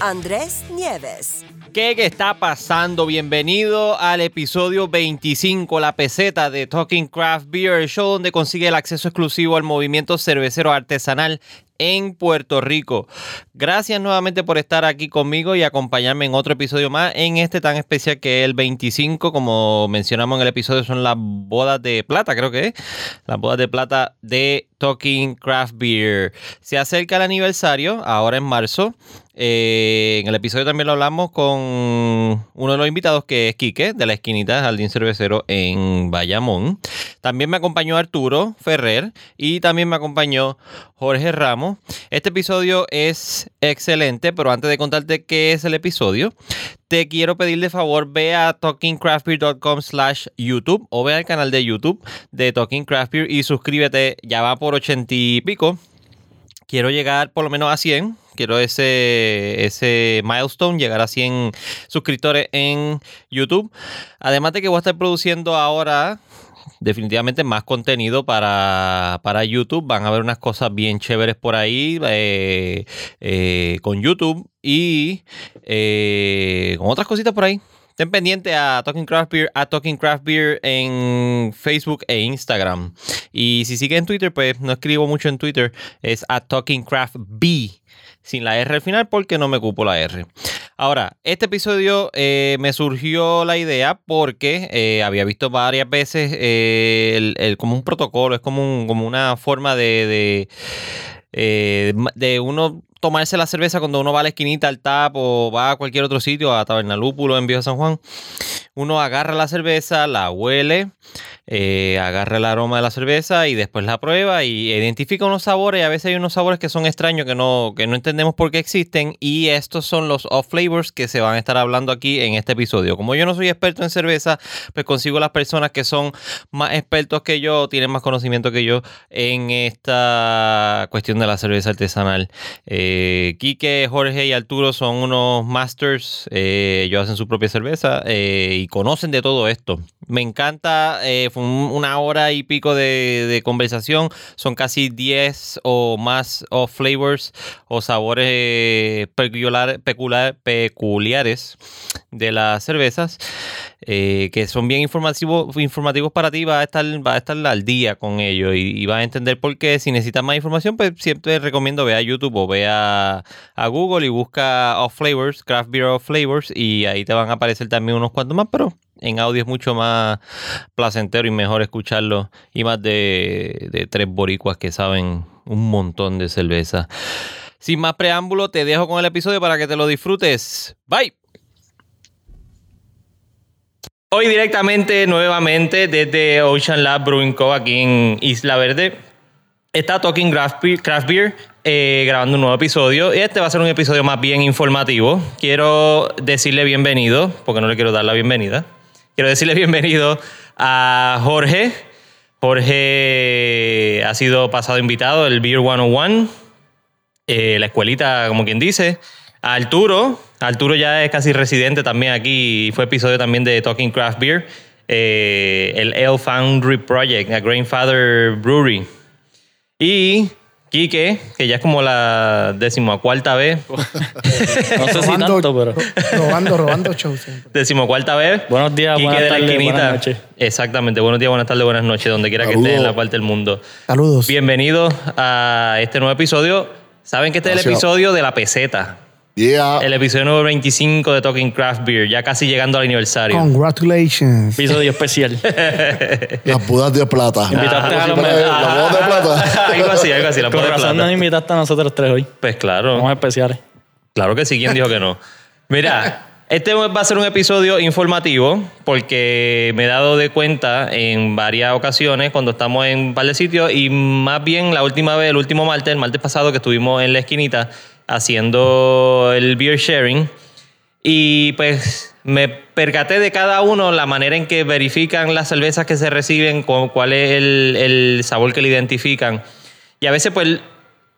Andrés Nieves. ¿Qué qué está pasando? Bienvenido al episodio 25, la peseta de Talking Craft Beer Show, donde consigue el acceso exclusivo al movimiento cervecero artesanal en Puerto Rico. Gracias nuevamente por estar aquí conmigo y acompañarme en otro episodio más, en este tan especial que es el 25, como mencionamos en el episodio, son las bodas de plata, creo que es, las bodas de plata de Talking Craft Beer. Se acerca el aniversario, ahora en marzo. Eh, en el episodio también lo hablamos con uno de los invitados que es Quique, de la esquinita Jardín Cervecero en Bayamón. También me acompañó Arturo Ferrer y también me acompañó Jorge Ramos. Este episodio es excelente, pero antes de contarte qué es el episodio, te quiero pedir de favor, ve a talkingcraftbeer.com slash YouTube o ve al canal de YouTube de Talking Craft Beer y suscríbete, ya va por ochenta y pico. Quiero llegar por lo menos a 100, quiero ese, ese milestone, llegar a 100 suscriptores en YouTube. Además de que voy a estar produciendo ahora definitivamente más contenido para, para YouTube. Van a ver unas cosas bien chéveres por ahí eh, eh, con YouTube y eh, con otras cositas por ahí. Estén pendientes a Talking Craft Beer, a Talking Craft Beer en Facebook e Instagram. Y si sigue en Twitter, pues no escribo mucho en Twitter, es a Talking Craft B, sin la R al final porque no me cupo la R. Ahora, este episodio eh, me surgió la idea porque eh, había visto varias veces eh, el, el- como un protocolo, es como, un- como una forma de- de eh, de uno tomarse la cerveza cuando uno va a la esquinita al tap o va a cualquier otro sitio, a Tabernalúpulo, en Viejo San Juan, uno agarra la cerveza, la huele, eh, agarra el aroma de la cerveza y después la prueba y identifica unos sabores. A veces hay unos sabores que son extraños, que no, que no entendemos por qué existen y estos son los off flavors que se van a estar hablando aquí en este episodio. Como yo no soy experto en cerveza, pues consigo las personas que son más expertos que yo, tienen más conocimiento que yo en esta cuestión de la cerveza artesanal. Eh, Quique, Jorge y Arturo son unos masters, eh, ellos hacen su propia cerveza eh, y conocen de todo esto. Me encanta, eh, fue un- una hora y pico de, de conversación, son casi 10 o más of flavors o sabores eh, peculiar- peculiar- peculiares de las cervezas eh, que son bien informativos, informativos para ti, va a estar, va a estar al día con ellos y, y vas a entender por qué. Si necesitas más información, pues siempre recomiendo ve a YouTube o ve a, a Google y busca Off Flavors, Craft Beer Off Flavors, y ahí te van a aparecer también unos cuantos más, pero en audio es mucho más placentero y mejor escucharlo. Y más de, de tres boricuas que saben un montón de cerveza. Sin más preámbulo, te dejo con el episodio para que te lo disfrutes. Bye. Hoy directamente, nuevamente, desde Ocean Lab Brewing Co. aquí en Isla Verde, está Talking Craft Beer, Craft Beer, eh, grabando un nuevo episodio. Y Este va a ser un episodio más bien informativo. Quiero decirle bienvenido, porque no le quiero dar la bienvenida. Quiero decirle bienvenido a Jorge. Jorge ha sido pasado invitado del Beer 101, eh, la escuelita, como quien dice. A Arturo, Arturo ya es casi residente también aquí, y fue episodio también de Talking Craft Beer, eh, el Ale Foundry Project, a Grandfather Brewery. Y Quique, que ya es como la decimocuarta vez, No sé si Robando- tanto, pero. Robando, robando shows. siempre. decimocuarta vez. Buenos días, Quique buenas de la tardes, esquinita. buenas noches. Exactamente, buenos días, buenas tardes, buenas noches, donde quiera que estés en la parte del mundo. Saludos. Bienvenidos a este nuevo episodio. Saben que este es el Gracias. episodio de la peseta, Yeah. el episodio número 25 de Talking Craft Beer, ya casi llegando al aniversario. Congratulations. Episodio especial. Las bodas de plata. Ah, Invitaste a eh, los Las medios. bodas de plata. algo así, algo así, la Con boda de razón plata. nos invitaste a nosotros tres hoy. Pues claro. Somos especiales. Claro que sí, ¿quién dijo que no? Mira, este va a ser un episodio informativo porque me he dado de cuenta en varias ocasiones cuando estamos en un par de sitios y más bien la última vez, el último martes, el martes pasado que estuvimos en la esquinita haciendo el beer sharing, Y pues me percaté de cada uno la manera en que verifican las cervezas que se reciben, con cuál es el, el sabor que le identifican. Y a veces pues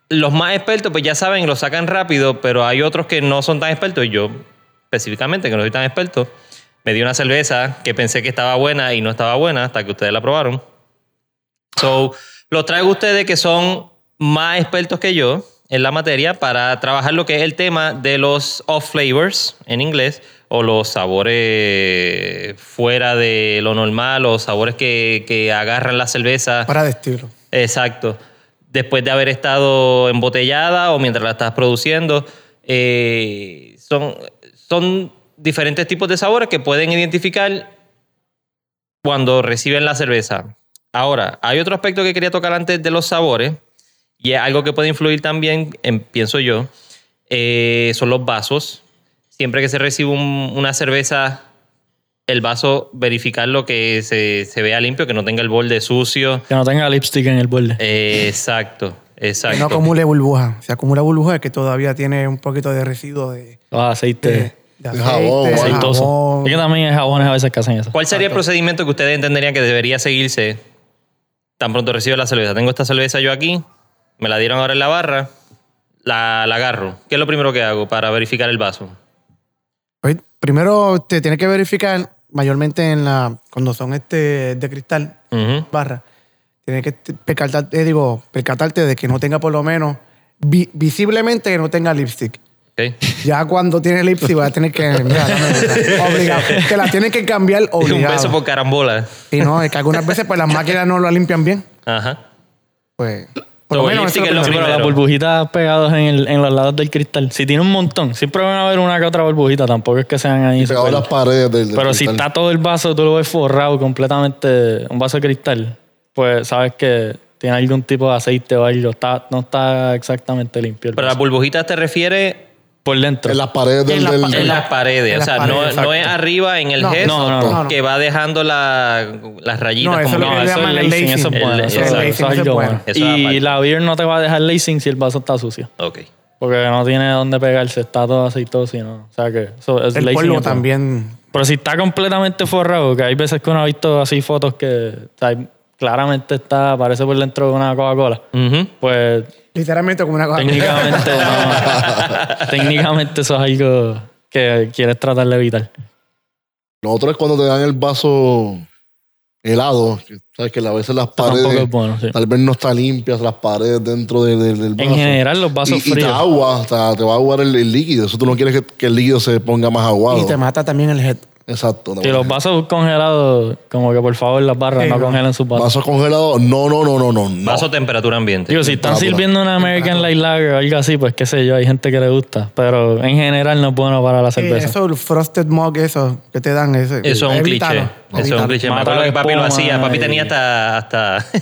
los más expertos pues ya saben, lo sacan rápido, pero hay otros que no son tan expertos. Y yo específicamente, que no soy tan experto, me di una cerveza que pensé que estaba buena y no estaba buena hasta que ustedes la probaron. So, los traigo a ustedes que son más expertos que yo en la materia para trabajar lo que es el tema de los off flavors en inglés o los sabores fuera de lo normal o sabores que, que agarran la cerveza. Para de estilo. Exacto. Después de haber estado embotellada o mientras la estás produciendo, eh, son, son diferentes tipos de sabores que pueden identificar cuando reciben la cerveza. Ahora, hay otro aspecto que quería tocar antes de los sabores, y es algo que puede influir también, en- pienso yo, eh, son los vasos. Siempre que se recibe un- una cerveza el vaso verificar lo que se, se vea limpio, que no tenga el borde sucio. Que no tenga lipstick en el borde. Eh, exacto, Que exacto. no acumule burbuja. Si acumula burbuja es que todavía tiene un poquito de residuo de, Los aceites. de, de De Eh, jabón, aceite, aceitoso. aceitosos. jabón. Es que también hay jabones a veces que hacen eso. ¿Cuál sería el procedimiento que ustedes entenderían que debería seguirse tan pronto recibo la cerveza? Tengo esta cerveza yo aquí, me la dieron ahora en la barra, la, la agarro. ¿Qué es lo primero que hago para verificar el vaso? Pues, primero te tiene que verificar, mayormente en la, cuando son este de cristal, Ujú. barra, tiene que te- percatarte, eh, digo, percatarte de que no tenga por lo menos, vi- visiblemente que no tenga lipstick. Ok. Ya cuando tiene lipstick vas a tener que, mira, dame otra. obligado, te la tienen que cambiar Un beso obligado. por carambola. Y no, es que algunas veces pues las máquinas no lo limpian bien, Ajá. pues... Por lo Todo menos eso es lipstick lo es Sí, lo primero. pero las primero. burbujitas pegadas en, el- en los lados del cristal. Si tiene un montón, siempre van a haber una que otra burbujita. Tampoco es que sean ahí. Pegado a super- las paredes del. del Pero si cristal. está todo el vaso, tú lo ves forrado completamente, un vaso de cristal, pues sabes que tiene algún tipo de aceite o algo. Está, no está exactamente limpio. el Pero las vaso. burbujitas te refiere por dentro. En las paredes En del. las del- paredes. en las paredes. en o las sea, paredes, no, no exacto. es arriba en el No, gesto no, no, no, no. que va dejando la- las rayitas. No, eso como es lo que- que le llaman el lacing, Eso es lacing. bueno. El- Eso, el eso lacing, es eso es algo bueno. bueno. Eso es aparte. Y la beer no te va a dejar lacing si el vaso está sucio. Ok. Porque no tiene dónde pegarse. Está todo aceitoso y no. O sea que eso es El lacing polvo pues. es bueno. también Pero si está completamente forrado, que hay veces que uno ha visto así fotos que o sea, claramente está, parece por dentro de una Coca-Cola. Ujú. Pues Literalmente como una cosa. técnicamente no. técnicamente eso es algo que quieres tratar de evitar. Lo otro es cuando te dan el vaso helado. que Sabes que a veces las paredes. tampoco es bueno, sí. Tal vez no están limpias las paredes dentro de- de- del vaso. En general, los vasos y, y te fríos. agua, o sea, te va a aguar el, el líquido. Eso tú no quieres que, que el líquido se ponga más aguado. Y te mata también el head. Exacto. Si los vasos congelados, como que por favor las barras Sí, no no. congelen sus vasos. Vasos congelados, no, no, no, no, no. no. Vaso temperatura ambiente. Digo, si están Temperatura. sirviendo una American Light Lager o algo así, pues qué sé yo, hay gente que le gusta. Pero en general no es bueno para la Eh, cerveza. Eso, el frosted mug, eso que te dan. Ese, Eso es un evítalo, cliché. Eso es un evítalo. cliché. Me Mata acuerdo la que papi lo espuma hacía. Papi y- tenía hasta. hasta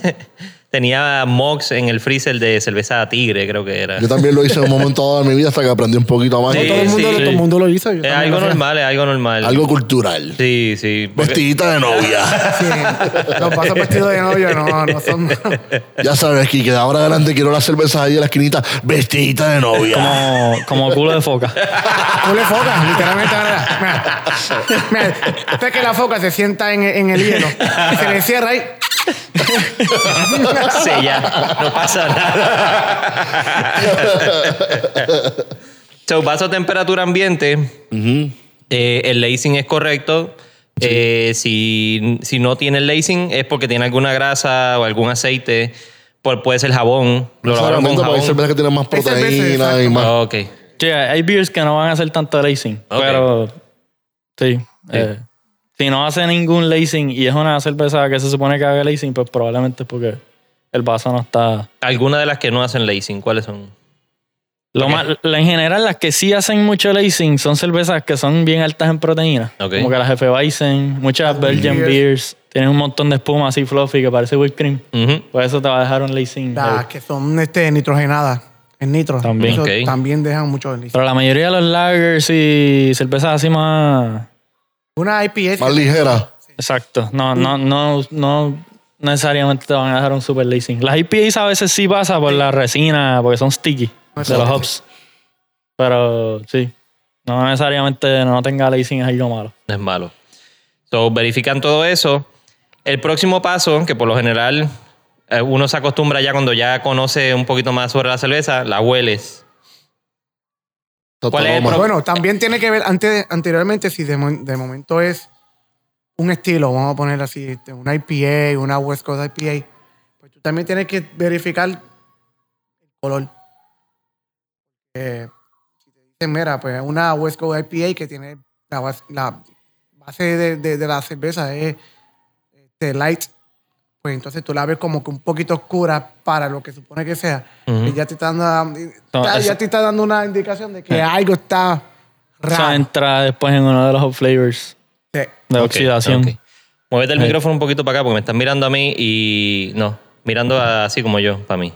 tenía mocks en el freezer de cerveza tigre, creo que era. Yo también lo hice en un momento dado de mi vida hasta que aprendí un poquito más. Sí, Todo, el mundo, sí, lo- sí. todo el mundo lo hizo. yo Es también algo lo hacía. normal, es algo normal. Algo cultural. Sí, sí. porque- Vestidita de novia. Sí, los pasos vestidos de novio no, no son. ya sabes, Kike, de ahora en adelante quiero las cervezas ahí en la esquinita. Vestidita de novia. Como, como culo de foca. Tú le focas, literalmente. Mira, mira, mira, usted que la foca se sienta en, en el hielo y se le cierra ahí. Sí, ya. No pasa nada. so, vaso temperatura ambiente. Ujú. Eh, el lacing es correcto. Eh, si, si no tiene el lacing es porque tiene alguna grasa o algún aceite. Por, puede ser jabón. Lo lavaron con Solamente porque hay jabón. cervezas que tienen más Hay cervezas, proteína y exacto. más. Ok. Sí, hay beers que no van a hacer tanto lacing, Ok. pero sí. eh, si no hace ningún lacing y es una cerveza que se supone que haga lacing, pues probablemente es porque el vaso no está... Algunas de las que no hacen lacing, ¿cuáles son? Lo Ok. más- la- en general, las que sí hacen mucho lacing son cervezas que son bien altas en proteína. Ok. Como que las Jefe Bison, muchas Belgian Ah, beers. beers, tienen un montón de espuma así fluffy que parece whipped cream. Ujú. Por eso te va a dejar un lacing. heavy. Las que son este, nitrogenadas. En nitro. También. Eso Ok. también dejan mucho del Pero la mayoría de los lagers y cervezas así más... Una IPS. Más ligera. Exacto. No, no, no, no necesariamente te van a dejar un super leasing. Las IPAs a veces sí Pues pasa por la resina, porque son sticky de los hops. Pero sí. No necesariamente no tenga lacing es algo malo. No es malo. So, verifican todo eso. El próximo paso, que por lo general eh, uno se acostumbra ya cuando ya conoce un poquito más sobre la cerveza, la hueles. ¿Cuál es el Totoloma. pro- Bueno, también tiene que ver antes, anteriormente si de, mo- de momento es un estilo, vamos a poner así, este, una IPA, una West Coast IPA, pues tú también tienes que verificar el color. Eh, si te dicen, mira, pues una West Coast IPA que tiene la base, la base de, de- de la cerveza es este, light, pues entonces tú la ves como que un poquito oscura para lo que supone que sea. Ujú. Y ya te está dando, No, ya- eso- ya te está dando una indicación de que Sí. algo está Eso raro. entra después en uno de los hot flavors Sí. de Ok, oxidación. ok. Muévete el Ahí. micrófono un poquito para acá porque me están mirando a mí y. No, mirando a- así como yo, para mí.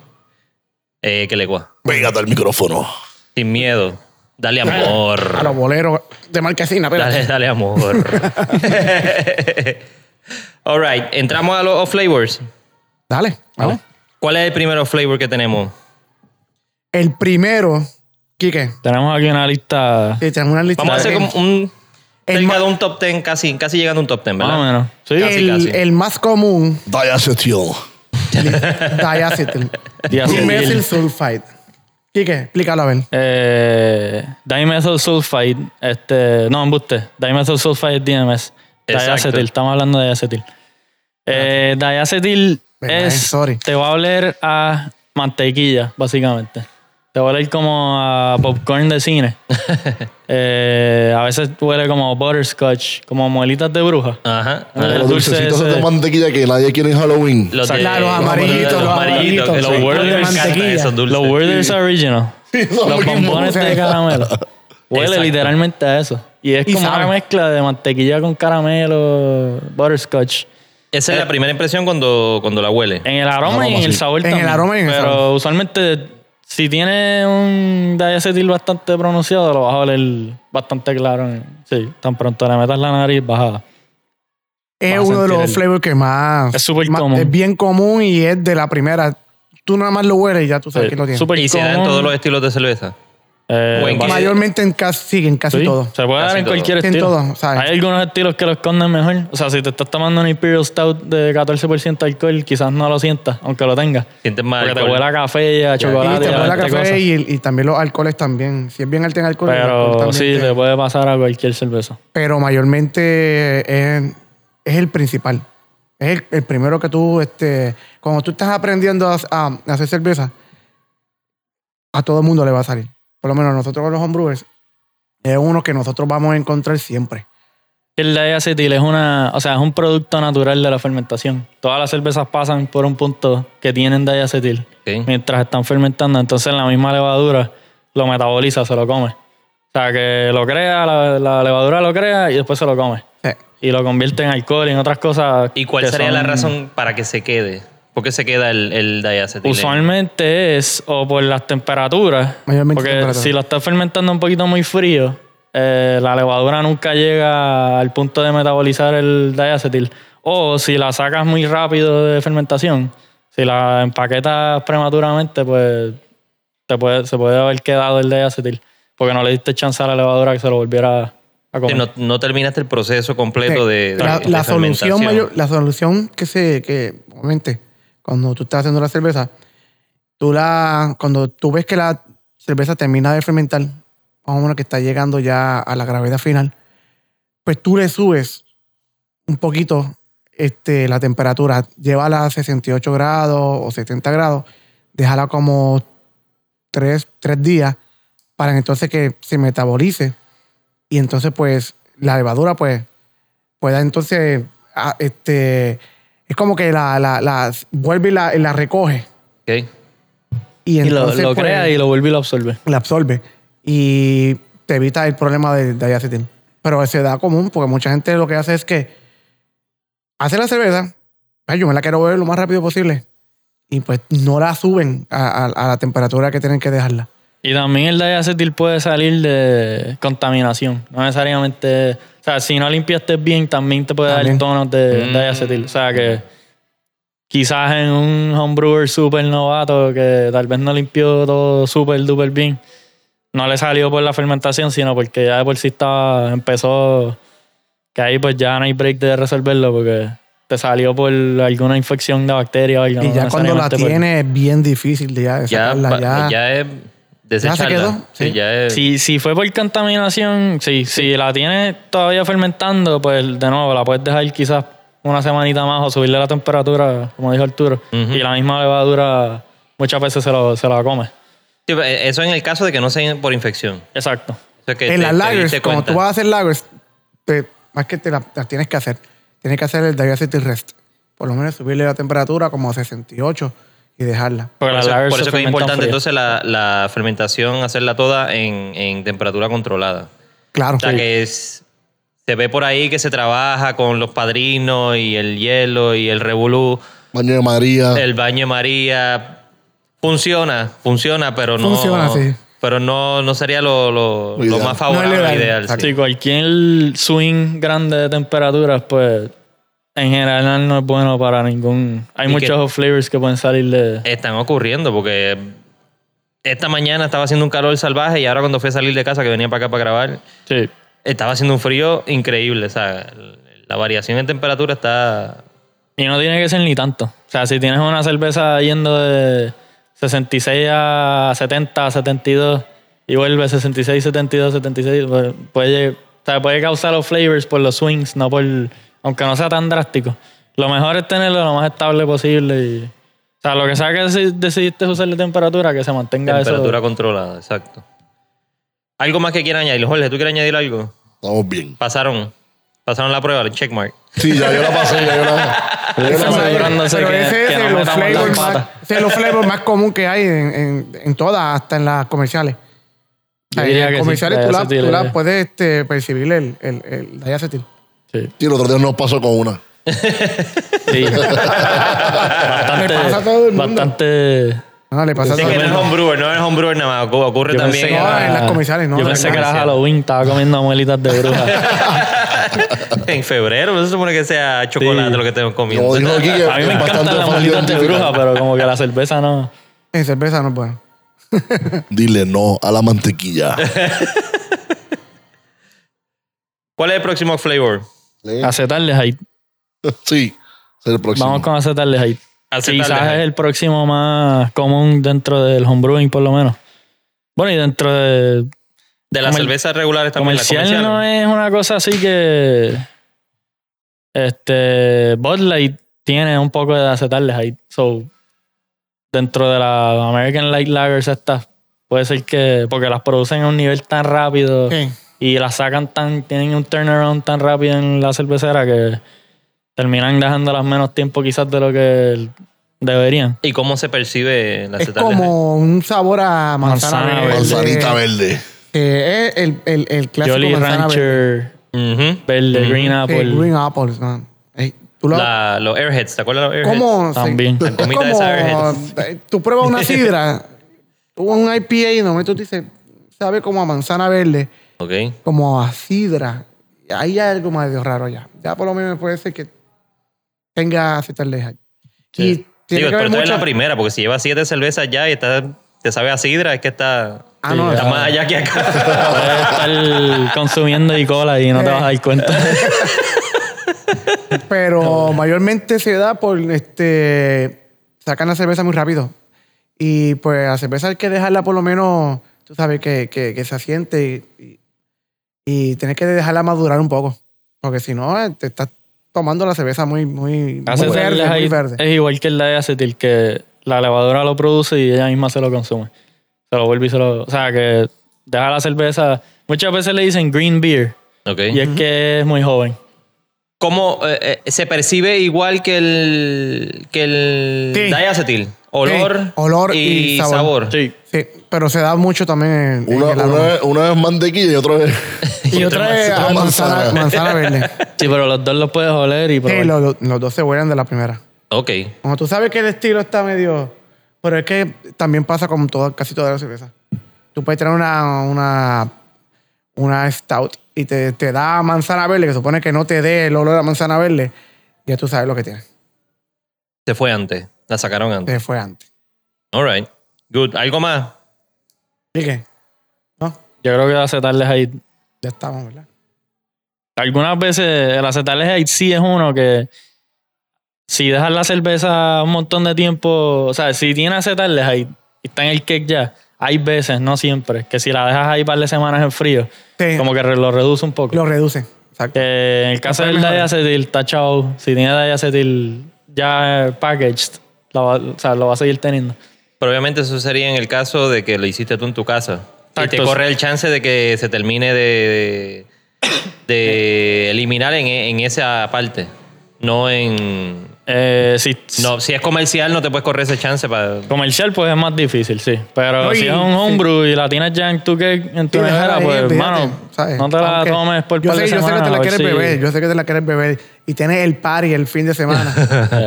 Eh, que le cua. Pégate al micrófono. Sin miedo. Dale amor. A los boleros de marquesina, espérate. Dale, dale amor. All right, entramos a los off flavors. Dale, vamos. ¿Cuál es el primer off flavor que tenemos? El primero, Quique, Tenemos aquí una lista sí, tenemos una lista. Vamos a hacer de- como un. El cerca ma- de un top 10, casi, casi llegando a un top 10, más o ¿verdad? menos. Sí, Casi, el, casi. el más común, Diacetyl. Ah, diacetyl. diacetil. Dimethyl sulfide. Quique, explícalo a ver. Eh, dimethyl sulfide, este, no, embuste. Dimethyl sulfide es DMS. Exacto. Diacetil, estamos hablando de diacetil. Eh, diacetil Verdad, es, sorry. te va a oler a mantequilla, básicamente. Te va a oler como a popcorn de cine. Eh, a veces huele como butterscotch, como muelitas de bruja. Ajá. El Ah, Los dulce dulcecitos ese. de mantequilla que nadie quiere en Halloween. Los, Claro, los amarillitos, los los amarillitos. amarillitos, que Los sí. Werther's Los de me encantan mantequilla. esos dulces. Los Werther's Original. son Los muy bombones de buenos. caramelo. Huele Exacto. literalmente a eso. Y es Y como sabe. una mezcla de mantequilla con caramelo, butterscotch. Esa es eh. la primera impresión cuando, cuando la huele. En el aroma y en el sabor En el también. aroma y en el Pero sabor. usualmente, si tiene un diacetil bastante pronunciado, lo vas a oler bastante claro. en- Sí, tan pronto le metas la nariz, baja. Es Vas a uno de sentir los el- flavors que más. Es súper más- común. Es bien común y es de la primera. Tú nada más lo hueles y ya tú sabes que lo tienes. Súper Y se da en común. todos los estilos de cerveza. Eh, o en va- casi- Mayormente en casi, sí, en casi sí, todo. Se puede Casi dar en todo. cualquier En estilo. todo, ¿sabes? Hay algunos estilos que lo esconden mejor. O sea, si te estás tomando un Imperial Stout de 14% de alcohol, quizás no lo sientas, aunque lo tengas. Sientes más Porque te alcohol. huele a café, y a Y chocolate. te a pone la otra cosa. café y, y también los alcoholes también. Si es bien alto en alcohol, el alcohol Pero también sí, te- le puede pasar a cualquier cerveza. pero mayormente es, es el principal. Es el, el primero que tú, este, cuando tú estás aprendiendo a, a- a hacer cerveza, a todo el mundo le va a salir. Por lo menos nosotros los homebrewers, es uno que nosotros vamos a encontrar siempre. El diacetil es una, o sea, es un producto natural de la fermentación. Todas las cervezas pasan por un punto que tienen diacetil Ok. mientras están fermentando. Entonces la misma levadura lo metaboliza, se lo come. O sea, que lo crea, la, la levadura lo crea y después se lo come. Eh, y lo convierte en alcohol y en otras cosas. ¿Y cuál que sería la son- razón para que se quede? ¿Por qué se queda el, el diacetil? Usualmente es o por las temperaturas. Mayormente porque temperatura. si lo estás fermentando un poquito muy frío, eh, la levadura nunca llega al punto de metabolizar el diacetil. O si la sacas muy rápido de fermentación, si la empaquetas prematuramente, pues te puede, se puede haber quedado el diacetil. Porque no le diste chance a la levadura que se lo volviera a Sí, comer. no, no terminaste el proceso completo Sí. de, de- la, de la solución fermentación. mayor- la solución que se que obviamente cuando tú estás haciendo la cerveza tú la cuando tú ves que la cerveza termina de fermentar vamos a poner que está llegando ya a la gravedad final pues tú le subes un poquito este, la temperatura llévala a 68 grados o 70 grados déjala como tres, tres días para entonces que se metabolice y entonces pues la levadura pues pueda entonces ah, este es como que la, la, la- vuelve y la, la recoge Ok. y Y lo, entonces lo pues, crea y lo vuelve y lo absorbe. la absorbe y te evita el problema de diacetil pero se da común porque mucha gente lo que hace es que hace la cerveza "Ay, yo me la quiero beber lo más rápido posible y pues no la suben a, a- a la temperatura que tienen que dejarla Y también el diacetil puede salir de contaminación. No necesariamente. O sea, si no limpiaste bien, también te puede También. dar tonos de diacetil. O sea, que quizás en un homebrewer súper novato que tal vez no limpió todo súper, duper bien, no le salió por la fermentación, sino porque ya de por sí estaba, empezó, que ahí pues ya no hay break de resolverlo porque te salió por alguna infección de bacteria o algo. Y no pues. ya cuando la necesariamente por- tiene es bien difícil de ya de Ya, sacarla. pa- Ya, ya es desecharla. quedó, Sí, sí. ya es- Si, si fue por contaminación, sí, si la tienes todavía fermentando, pues de nuevo la puedes dejar quizás una semanita más o subirle la temperatura, como dijo Arturo. Y la misma levadura muchas veces se, lo- se la come. Sí, Eso en el caso de que no sea por infección. Exacto. O sea, que te- en las te lagers, diste cuando cuenta. tú vas a hacer lagers, te- más que te la- las tienes que hacer, tienes que hacer el diversity rest. Por lo menos subirle la temperatura como a 68 y dejarla. Porque Por las eso, lagers por se eso que es fermentan importante frías. entonces la, la fermentación, hacerla toda en, en temperatura controlada. Claro. O sea, que es- se ve por ahí que se trabaja con los padrinos y el hielo y el revolú, Baño de María. Ah. el baño de María. Funciona, funciona, pero no. Funciona, sí. Pero no, no sería lo, lo- Lo lo ideal. más favorable No es lo ideal. ideal, sí. Sí, cualquier swing grande de temperaturas, pues en general no es bueno para ningún. Hay Y muchos flavors que pueden salir de. Están ocurriendo porque esta mañana estaba haciendo un calor salvaje y ahora cuando fui a salir de casa que venía para acá para grabar, Sí. estaba haciendo un frío increíble. O sea, la variación en temperatura está Y no tiene que ser ni tanto. O sea, si tienes una cerveza yendo de 66 a 70, a 72 y vuelve 66, 72, 76, pues, puede, o sea, puede causar los flavors por los swings, no por. Aunque no sea tan drástico. Lo mejor es tenerlo lo más estable posible. Y, o sea, lo que sea que deci- decidiste usar de temperatura, que se mantenga Temperatura eso. controlada, exacto. ¿Algo más que quieran añadir? Jorge, ¿tú quieres añadir algo? Estamos bien. Pasaron. Pasaron la prueba, el checkmark. Sí, ya yo la pasé, ya yo la. ya yo la Estamos pasé. asegurándose Pero que- ese es que no de los metamos las flavors más, patas. ese es los flavors más común que hay en, en, en todas, hasta en las comerciales. Yo Ahí, diría en que sí, comerciales tú, la, diacetil, tú la eh. puedes este, percibir el, el, el diacetil. Sí. Sí, el otro día nos pasó con una. sí. Le pasa a todo bastante. el mundo. Bastante. No, le pasa Sí, todo que el no es mundo. homebrewer, no es homebrewer nada más. ocu- Ocurre Yo pensé también. que No, era- en las comerciales, no, Yo en pensé las que era comerciales. Halloween, estaba comiendo muelitas de bruja. en febrero, no se supone que sea chocolate Sí. lo que tenemos comiendo. Como dijo aquí, que A mí me es bastante encantan las fácil muelitas de identificar. bruja, pero como que la cerveza no. En cerveza no es bueno. Dile no a la mantequilla. ¿Cuál es el próximo flavor? Acetarles ahí. Sí, ser el próximo. Vamos con acetarles ahí. Acetaldehyde. Quizás es el próximo más común dentro del homebrewing, por lo menos. Bueno, y dentro de. De las comer- cervezas regulares también. las Comercial, comerciales. no es una cosa así que. Este. Bud Light tiene un poco de acetarles ahí. So, dentro de las American Light Lagers, estas. Puede ser que. Porque las producen a un nivel tan rápido. Sí. y la sacan tan, tienen un turnaround tan rápido en la cervecera que terminan dejándolas menos tiempo quizás de lo que deberían. ¿Y cómo se percibe la Es acetaldehyde? como un sabor a manzana, Manzana verde. Manzanita verde. Eh, es el, el, el clásico Jolly manzana verde. Rancher, Ujú. verde, Green Sí, Apple. green apples. ¿no? Eh, tú lo- La- los airheads, ¿te acuerdas de los airheads? ¿Cómo? se- También. es La comida de esa como, eh, tú pruebas una sidra, un IPA y normalmente tú dices, sabe como a manzana verde, Ok. como a sidra. Ahí hay algo medio raro ya. Ya por lo menos puede ser que tenga acetaldehyde. Y tiene Digo, que ver pero tú eres mucho- la primera, porque si llevas siete cervezas ya y está, te sabe a sidra, es que está, Ah, no, está ya. más allá que acá. Puedes estar consumiendo y cola y no te vas a dar cuenta. Pero mayormente se da por este sacan la cerveza muy rápido. Y pues la cerveza hay que dejarla por lo menos, tú sabes, que, que, que se asiente y, y- y tienes que dejarla madurar un poco. Porque si no, eh, te estás tomando la cerveza muy, muy, muy verde, Acetarles muy ahí verde. es igual que el de acetil, que la levadura lo produce y ella misma se lo consume. Se lo vuelve y se lo... O sea, que deja la cerveza... Muchas veces le dicen green beer Okay. y es que es muy joven. ¿Cómo eh, eh, se percibe igual que el, que el Sí. diacetil? Olor, Sí, olor y sabor. Sí. Sí, pero se da mucho también en, en Una, el aroma. una, es- una es mantequilla y otra es. Y otra es a manzana. manzana, manzana verde. Sí, pero los dos los puedes oler y Sí, probar. los, los dos se huelen de la primera. Ok. Como tú sabes que el estilo está medio. Pero es que también pasa con todo, casi todas las cervezas. Tú puedes tener una, una, una stout y te, te da manzana verde, que supone que no te dé el olor a manzana verde. Ya tú sabes lo que tienes. Se fue antes. La sacaron antes. Te fue antes. All right. Good. ¿Algo más? ¿Y qué? ¿No? Yo creo que el acetaldehyde. Ya estamos, ¿verdad? Algunas veces el acetaldehyde sí es uno que si dejas la cerveza un montón de tiempo, o sea, si tiene acetaldehyde y está en el cake ya, hay veces, no siempre, que si la dejas ahí un par de semanas en frío, Sí. como que re- lo reduce un poco. Lo reduce. Exacto. Que en el caso del mejor. diacetil, está chao. Si tiene diacetil ya eh, packaged, la va- o sea, lo va a seguir teniendo. Pero obviamente eso sería en el caso de que lo hiciste tú en tu casa. Y te Exacto. corre el chance de que se termine de, de eliminar en, en esa parte. No en... Eh, si, No, si es comercial no te puedes correr ese chance para... Comercial, pues es más difícil, sí. Pero No, y- si es un homebrew y la tienes ya en tu cake, en tu Sí, nevera, déjala ahí, pues, olvídate, hermano, ¿sabes? no te la Aunque tomes por yo par sé, de yo sé que semanas, te a la ver quieres si- beber, yo sé que te la quieres beber y tienes el party el fin de semana.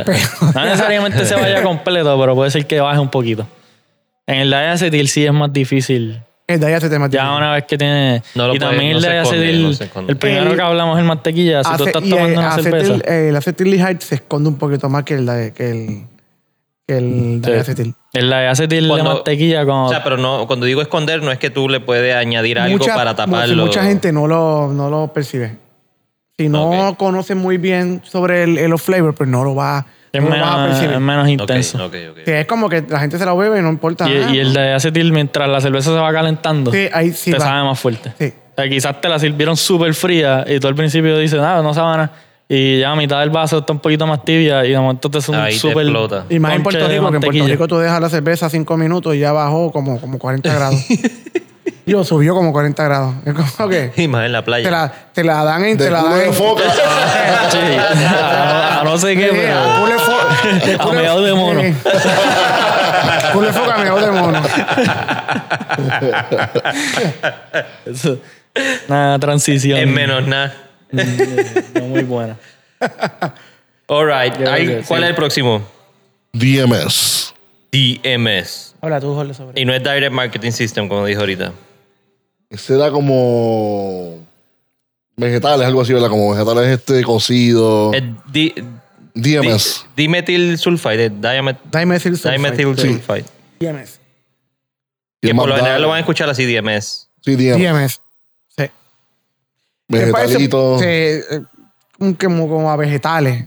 pero, No necesariamente se vaya completo, pero puede ser que baje un poquito. En el diacetil sí es más difícil. el Eh, de allá se te metió. Ya una vez que tiene... No lo y puede- también no el se esconde, diacetil... no se esconde. el primero El- que hablamos es el mantequilla. Si tú Ace- estás y eh, tomando una acetil- cerveza... eh, El acetil se esconde un poquito más que el de- que el, que el de Sí. acetil. El diacetil de Cuando- mantequilla cuando... O sea, pero no, cuando digo esconder no es que tú le puedes añadir algo Mucha- para taparlo. Mucha gente no lo, no lo percibe. Si no Ok. conoce muy bien sobre el, el flavor, pues no lo va, es, no lo va a menos, eh, percibir. es menos Ok, intenso. ok, ok. Sí, es como que la gente se la bebe y no importa. nada. Y, y el diacetil, mientras la cerveza se va calentando, Sí, ahí sí te va. sabe más fuerte. Sí. O sea, quizás te la sirvieron súper fría y tú al principio dices, nada, no sabe nada. Y ya a mitad del vaso está un poquito más tibia y de momento te sube Ahí un te súper. explota. Y más en ponche de Puerto Rico, que en Puerto mantequilla. Rico tú dejas la cerveza cinco minutos y ya bajó como, como 40 grados. Yo subió como 40 grados. Es como que Y más en la playa. te la, te la dan en... De Te la culo dan de en- foca. Sí. A, a no sé qué, Sí, pero. a culo de Eh, fo- eh, de A culo- meado eh, de mono. Sí. Culo de foca, meado de mono. Eso- Una transición. Es menos nada. No muy buena. All right. Yo Ahí- creo que ¿Cuál sí. es el próximo? DMS. DMS. Habla tú, Jorge, sobre Y no es Direct Marketing System, como dijo ahorita. Ese era como vegetales, algo así, ¿verdad? Como vegetales este cocido. Es di- DMS. di- dimethyl sulfide. eh, diamet- Dimethyl sulfide. dimethyl sulfide. DMS. Y Que por es más lo da- general lo van a escuchar así, DMS. Sí, DMS. DMS. Sí. Vegetalitos. Sí, eh, un que como, como a vegetales.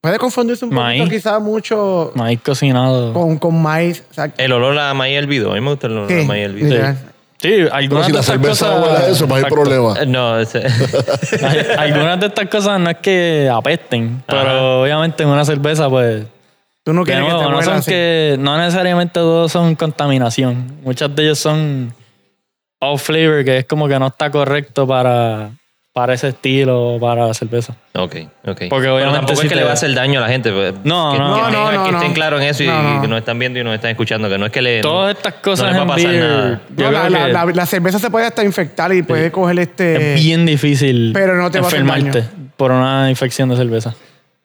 Puede confundirse un poquito Maíz. quizás mucho Maíz Eh, cocinado. con, con maíz. O sea, El olor a maíz hervido. A mí me gusta el olor sí, a maíz hervido. literal. Sí, algunas si de la estas cerveza cosas. huele a eso, pues hay Exacto. problema. Eh, No, ese- Hay- Algunas de estas cosas no es que apesten, pero obviamente en una cerveza, pues. Tú no De quieres nuevo, que te no, mueran son así. que, no necesariamente todos son contaminación. Muchas de ellas son off flavor, que es como que no está correcto para, para ese estilo o para la cerveza. ok, ok. Porque Pero obviamente tampoco sí es que te- le va a hacer daño a la gente. pues, No, que, que no, no, tengan- no, que no. estén claros en eso y, No, no. que nos están viendo y nos están escuchando. Que no es que le. Todas estas no cosas le va en a pasar beer, nada. yo No, la, creo la- que la- la cerveza se puede hasta infectar y puede coger este. es bien difícil Pero no te va a hacer enfermarte por una infección de cerveza.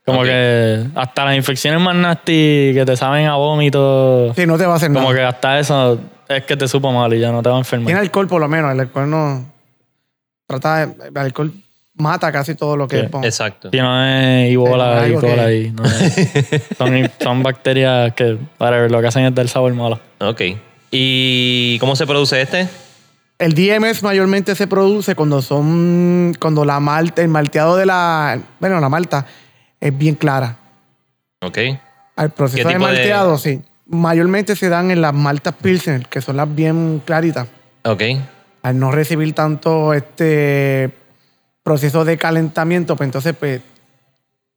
Como Ok. que hasta las infecciones más nasty que te saben a vómito, Sí, no te va a hacer como nada. que hasta eso es que te supo mal y ya no te va a enfermar. Tiene alcohol por lo menos. El alcohol no. Trata de. El alcohol mata casi todo lo que. Sí, pon- Exacto. Si no es Ebola Sí, y no, algo cola que- y no es- son, son bacterias que whatever, lo que hacen es dar sabor malo. Ok. ¿Y cómo se produce este? El DMS mayormente se produce cuando son. Cuando la malta, el malteado de la. Bueno, la malta es bien clara. Ok. Al proceso ¿Qué de tipo de- malteado, sí. Mayormente se dan en las maltas Pilsner, que son las bien claritas. Ok. Al no recibir tanto este proceso de calentamiento, pues entonces pues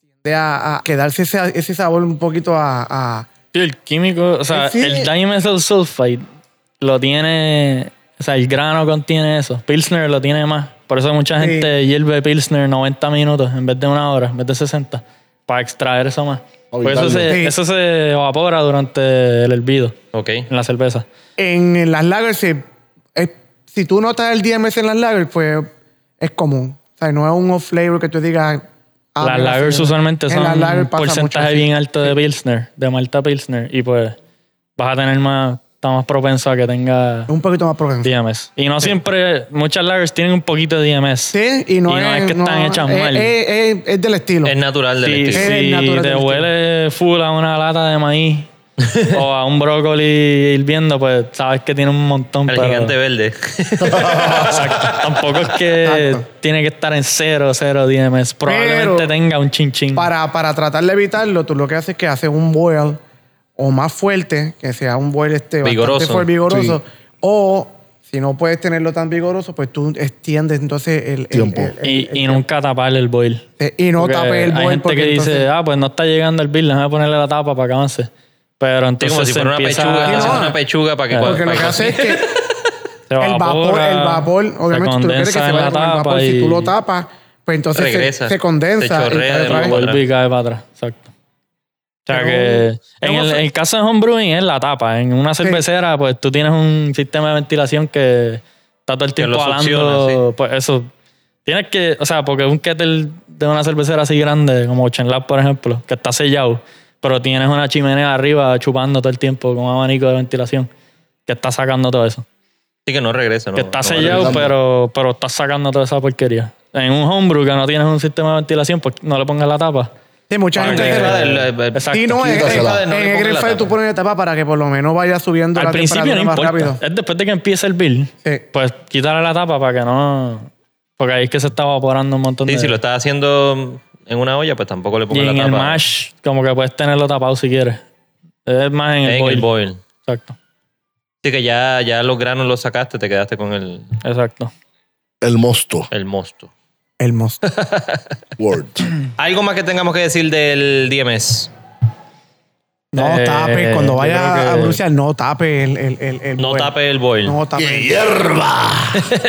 tiende a, a quedarse ese, ese sabor un poquito a, a- Sí, el químico, o sea, Sí. el dimethyl sulfide lo tiene, o sea, el grano contiene eso. Pilsner lo tiene más. Por eso mucha Sí. gente hierve Pilsner 90 minutos en vez de una hora, en vez de 60, para extraer eso más. Por eso se, Sí. eso se evapora durante el hervido Ok. en la cerveza. En, en las lagers, se- es- si tú notas el DMS en las lagers, pues es común. O sea, no es un off-flavor que tú digas... ah, las mira, lagers sí. usualmente En son las un lagers pasa mucho porcentaje así. bien alto de Pilsner, de Malta Pilsner, y pues vas a tener más, está más propenso a que tenga Un poquito más propenso. DMS. Y no siempre, muchas lagers tienen un poquito de DMS. Sí, y no, Y no es que están hechas es- mal. Es, es- es del estilo. Es natural del Si, estilo. Sí. si Es natural te del huele full a una lata de maíz o a un brócoli hirviendo, pues sabes que tiene un montón. El pero- gigante verde. Exacto. Tampoco es que Exacto. tiene que estar en cero, cero DMS. Probablemente Pero- tenga un chin chin. Para, para tratar de evitarlo, tú lo que haces es que haces un boil o más fuerte, que sea un boil este bastante Vigoroso. fuerte, vigoroso. Sí. O si no puedes tenerlo tan vigoroso, pues tú extiendes entonces el el- Tiempo. el- el- y, y nunca taparle el boil. eh, y no Porque tapes el boil. Hay gente porque que dice, entonces- ah, pues no está llegando el bill, déjame ponerle la tapa para que avance. Pero Sí, entonces como si se fuera una empieza pechuga. Sí, haces no, una pechuga para que porque porque lo para que que hace es que Pues, se el vapor, evapora, el vapor, se obviamente tú lo quieres condensa que se en vaya la con el vapor. tapa Si tú y- lo tapas, pues entonces se- Regresa, se, condensa. se y chorrea cae de otra vez. nuevo. Vuelve y cae para atrás, exacto. O sea Pero- que en el, en el caso de homebrewing es la tapa. En una cervecera, pues tú tienes un sistema de ventilación que está todo el Que lo tiempo succiona, hablando. Pues eso. Tienes que, o sea, porque un kettle de una cervecera así grande, como Chenlab, por ejemplo, que está sellado, pero tienes una chimenea arriba chupando todo el tiempo con un abanico de ventilación que está sacando todo eso. Sí, que no regresa. No, Que está no sellado, regresando. pero, pero estás sacando toda esa porquería. En un homebrew que no tienes un sistema de ventilación, pues no le pongas la tapa. Sí, mucha gente se regresa. va El- el- el- Exacto. Sí, no, en, en, Quítasela. en No le el pongas grill la fire tapa. tú pones la tapa para que por lo menos vaya subiendo Al la principio no temperatura más importa. rápido. Es después de que empiece el bill. Sí. Pues quitarle la tapa para que no. Porque ahí es que se está evaporando un montón Sí, de. si lo estás haciendo en una olla, pues tampoco le y pongas en la el tapa. mash, como que puedes tenerlo tapado si quieres. Es más en el, En boil. el boil. Exacto. Sí, que ya, ya los granos los sacaste, te quedaste con el, Exacto. El mosto. el mosto. El mosto. Word. Algo más que tengamos que decir del DMS. No Eh, tapes, cuando yo vaya creo que- a Bruselas, no tapes el, el, el, el No boil. tape el boil. No tapes. ¡Hierba!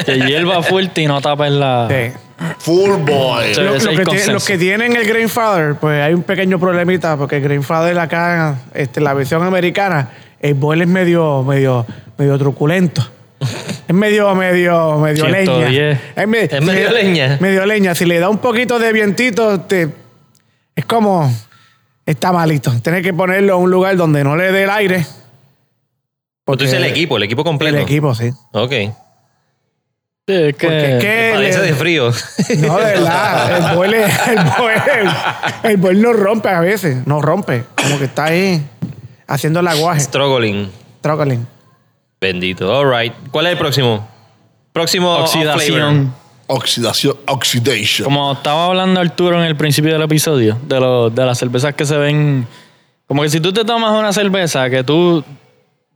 Que hierva fuerte y no tapes la. Sí. Full boy. Sí. Debe Lo- lo ser que tiene- consenso. los que tienen el Grandfather, pues hay un pequeño problemita, porque el Grandfather acá, este, la versión americana, el boil es medio, medio, medio truculento. Es medio, medio, medio 110. leña. Es, me- Es medio si- leña. Medio leña. Si le da un poquito de vientito, te- es como está malito. Tienes que ponerlo en un lugar donde no le dé el aire. Pues Tú dices el equipo, el equipo completo. El equipo, sí. Ok. Sí, es que- Porque es que Parece le- de frío. No, de verdad. El boil, es- el boil, el boil no rompe a veces. No rompe. Como que está ahí haciendo el aguaje. Struggling. Trócalín. Bendito. All right. ¿Cuál es el próximo? Próximo off-flavor. Oxidación. Oxidación. Oxidation. Como estaba hablando Arturo en el principio del episodio, de, lo- de las cervezas que se ven. Como que si tú te tomas una cerveza que tú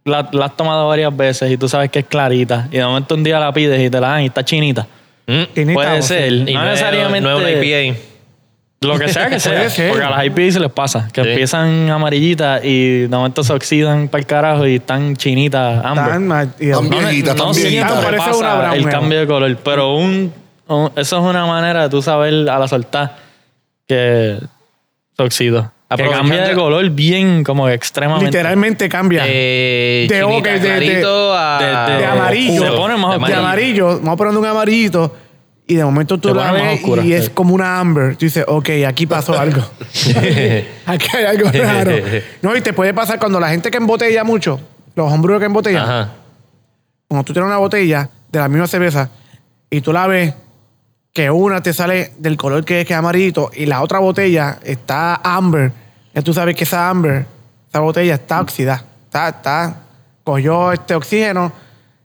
la, la has tomado varias veces y tú sabes que es clarita, y de momento un día la pides y te la dan y está chinita. Mm. Tinita, Puede o sea, ser. Y no, es- necesariamente. No es una IPA. Lo que sea que sea. Puede ser. Porque a las IPA se les pasa. Que Sí. empiezan amarillitas y de momento se oxidan para el carajo y están chinitas ambas. Tan mal- y- Tan no, viejita, No tan siempre viejita. Parece pasa una brown el ale. cambio de color, pero un, un- eso es una manera de tú saber a la soltar que se oxidó. Que Aprovechando- cambia de color bien, como que extremadamente. literalmente cambia. Eh, De chinita, oque, de- de- clarito a... de- de amarillo. eh, se pone más de amarillo. amarillo. Vamos poniendo un amarillito. Y de momento tú Se la pone más ves oscura, y es sí. como una amber. Tú dices, ok, aquí pasó algo. aquí hay algo raro. No, y te puede pasar cuando la gente que embotella mucho, los hombres que embotellan, Ajá. cuando tú tienes una botella de la misma cerveza y tú la ves que una te sale del color que es que es amarillito y la otra botella está amber, ya tú sabes que esa amber, esa botella está oxidada, está, está, cogió este oxígeno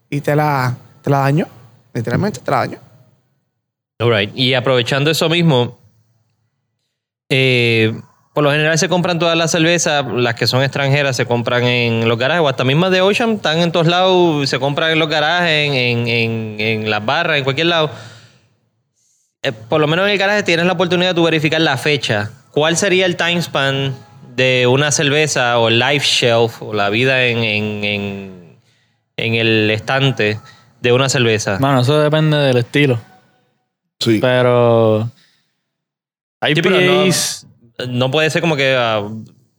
y te la, te la dañó, literalmente te la dañó. All right. Y aprovechando eso mismo, eh, por lo general se compran todas las cervezas, las que son extranjeras se compran en los garajes, o hasta mismas de Ocean están en todos lados, se compran en los garajes, en, en- en- en las barras, en cualquier lado. Eh, por lo menos en el garaje tienes la oportunidad de tú verificar la fecha. ¿Cuál sería el time span de una cerveza o life shelf o la vida en, en- en- en el estante de una cerveza? Mano, eso depende del estilo. Sí. este- Pero. Hay Sí, pero no- IPAs. no puede ser como que ah,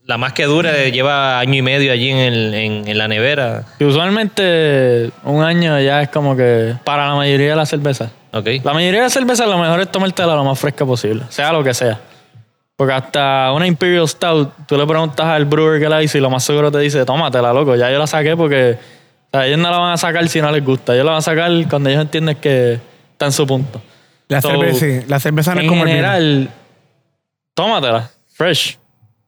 la más que dura lleva año y medio allí en, el- en- en la nevera. que usualmente un año ya es como que. Para la mayoría de las cervezas. Ok. La mayoría de las cervezas lo mejor es tomártela lo más fresca posible, sea lo que sea. Porque hasta una Imperial Stout, tú le preguntas al brewer que la hizo y lo más seguro te dice, tómatela, loco, ya yo la saqué porque o sea, ellos no la van a sacar si no les gusta. Ellos la van a sacar cuando ellos entienden que está en su punto. La, So, cerveza, sí, la cerveza no es En como el vino. general, tómatela, fresh.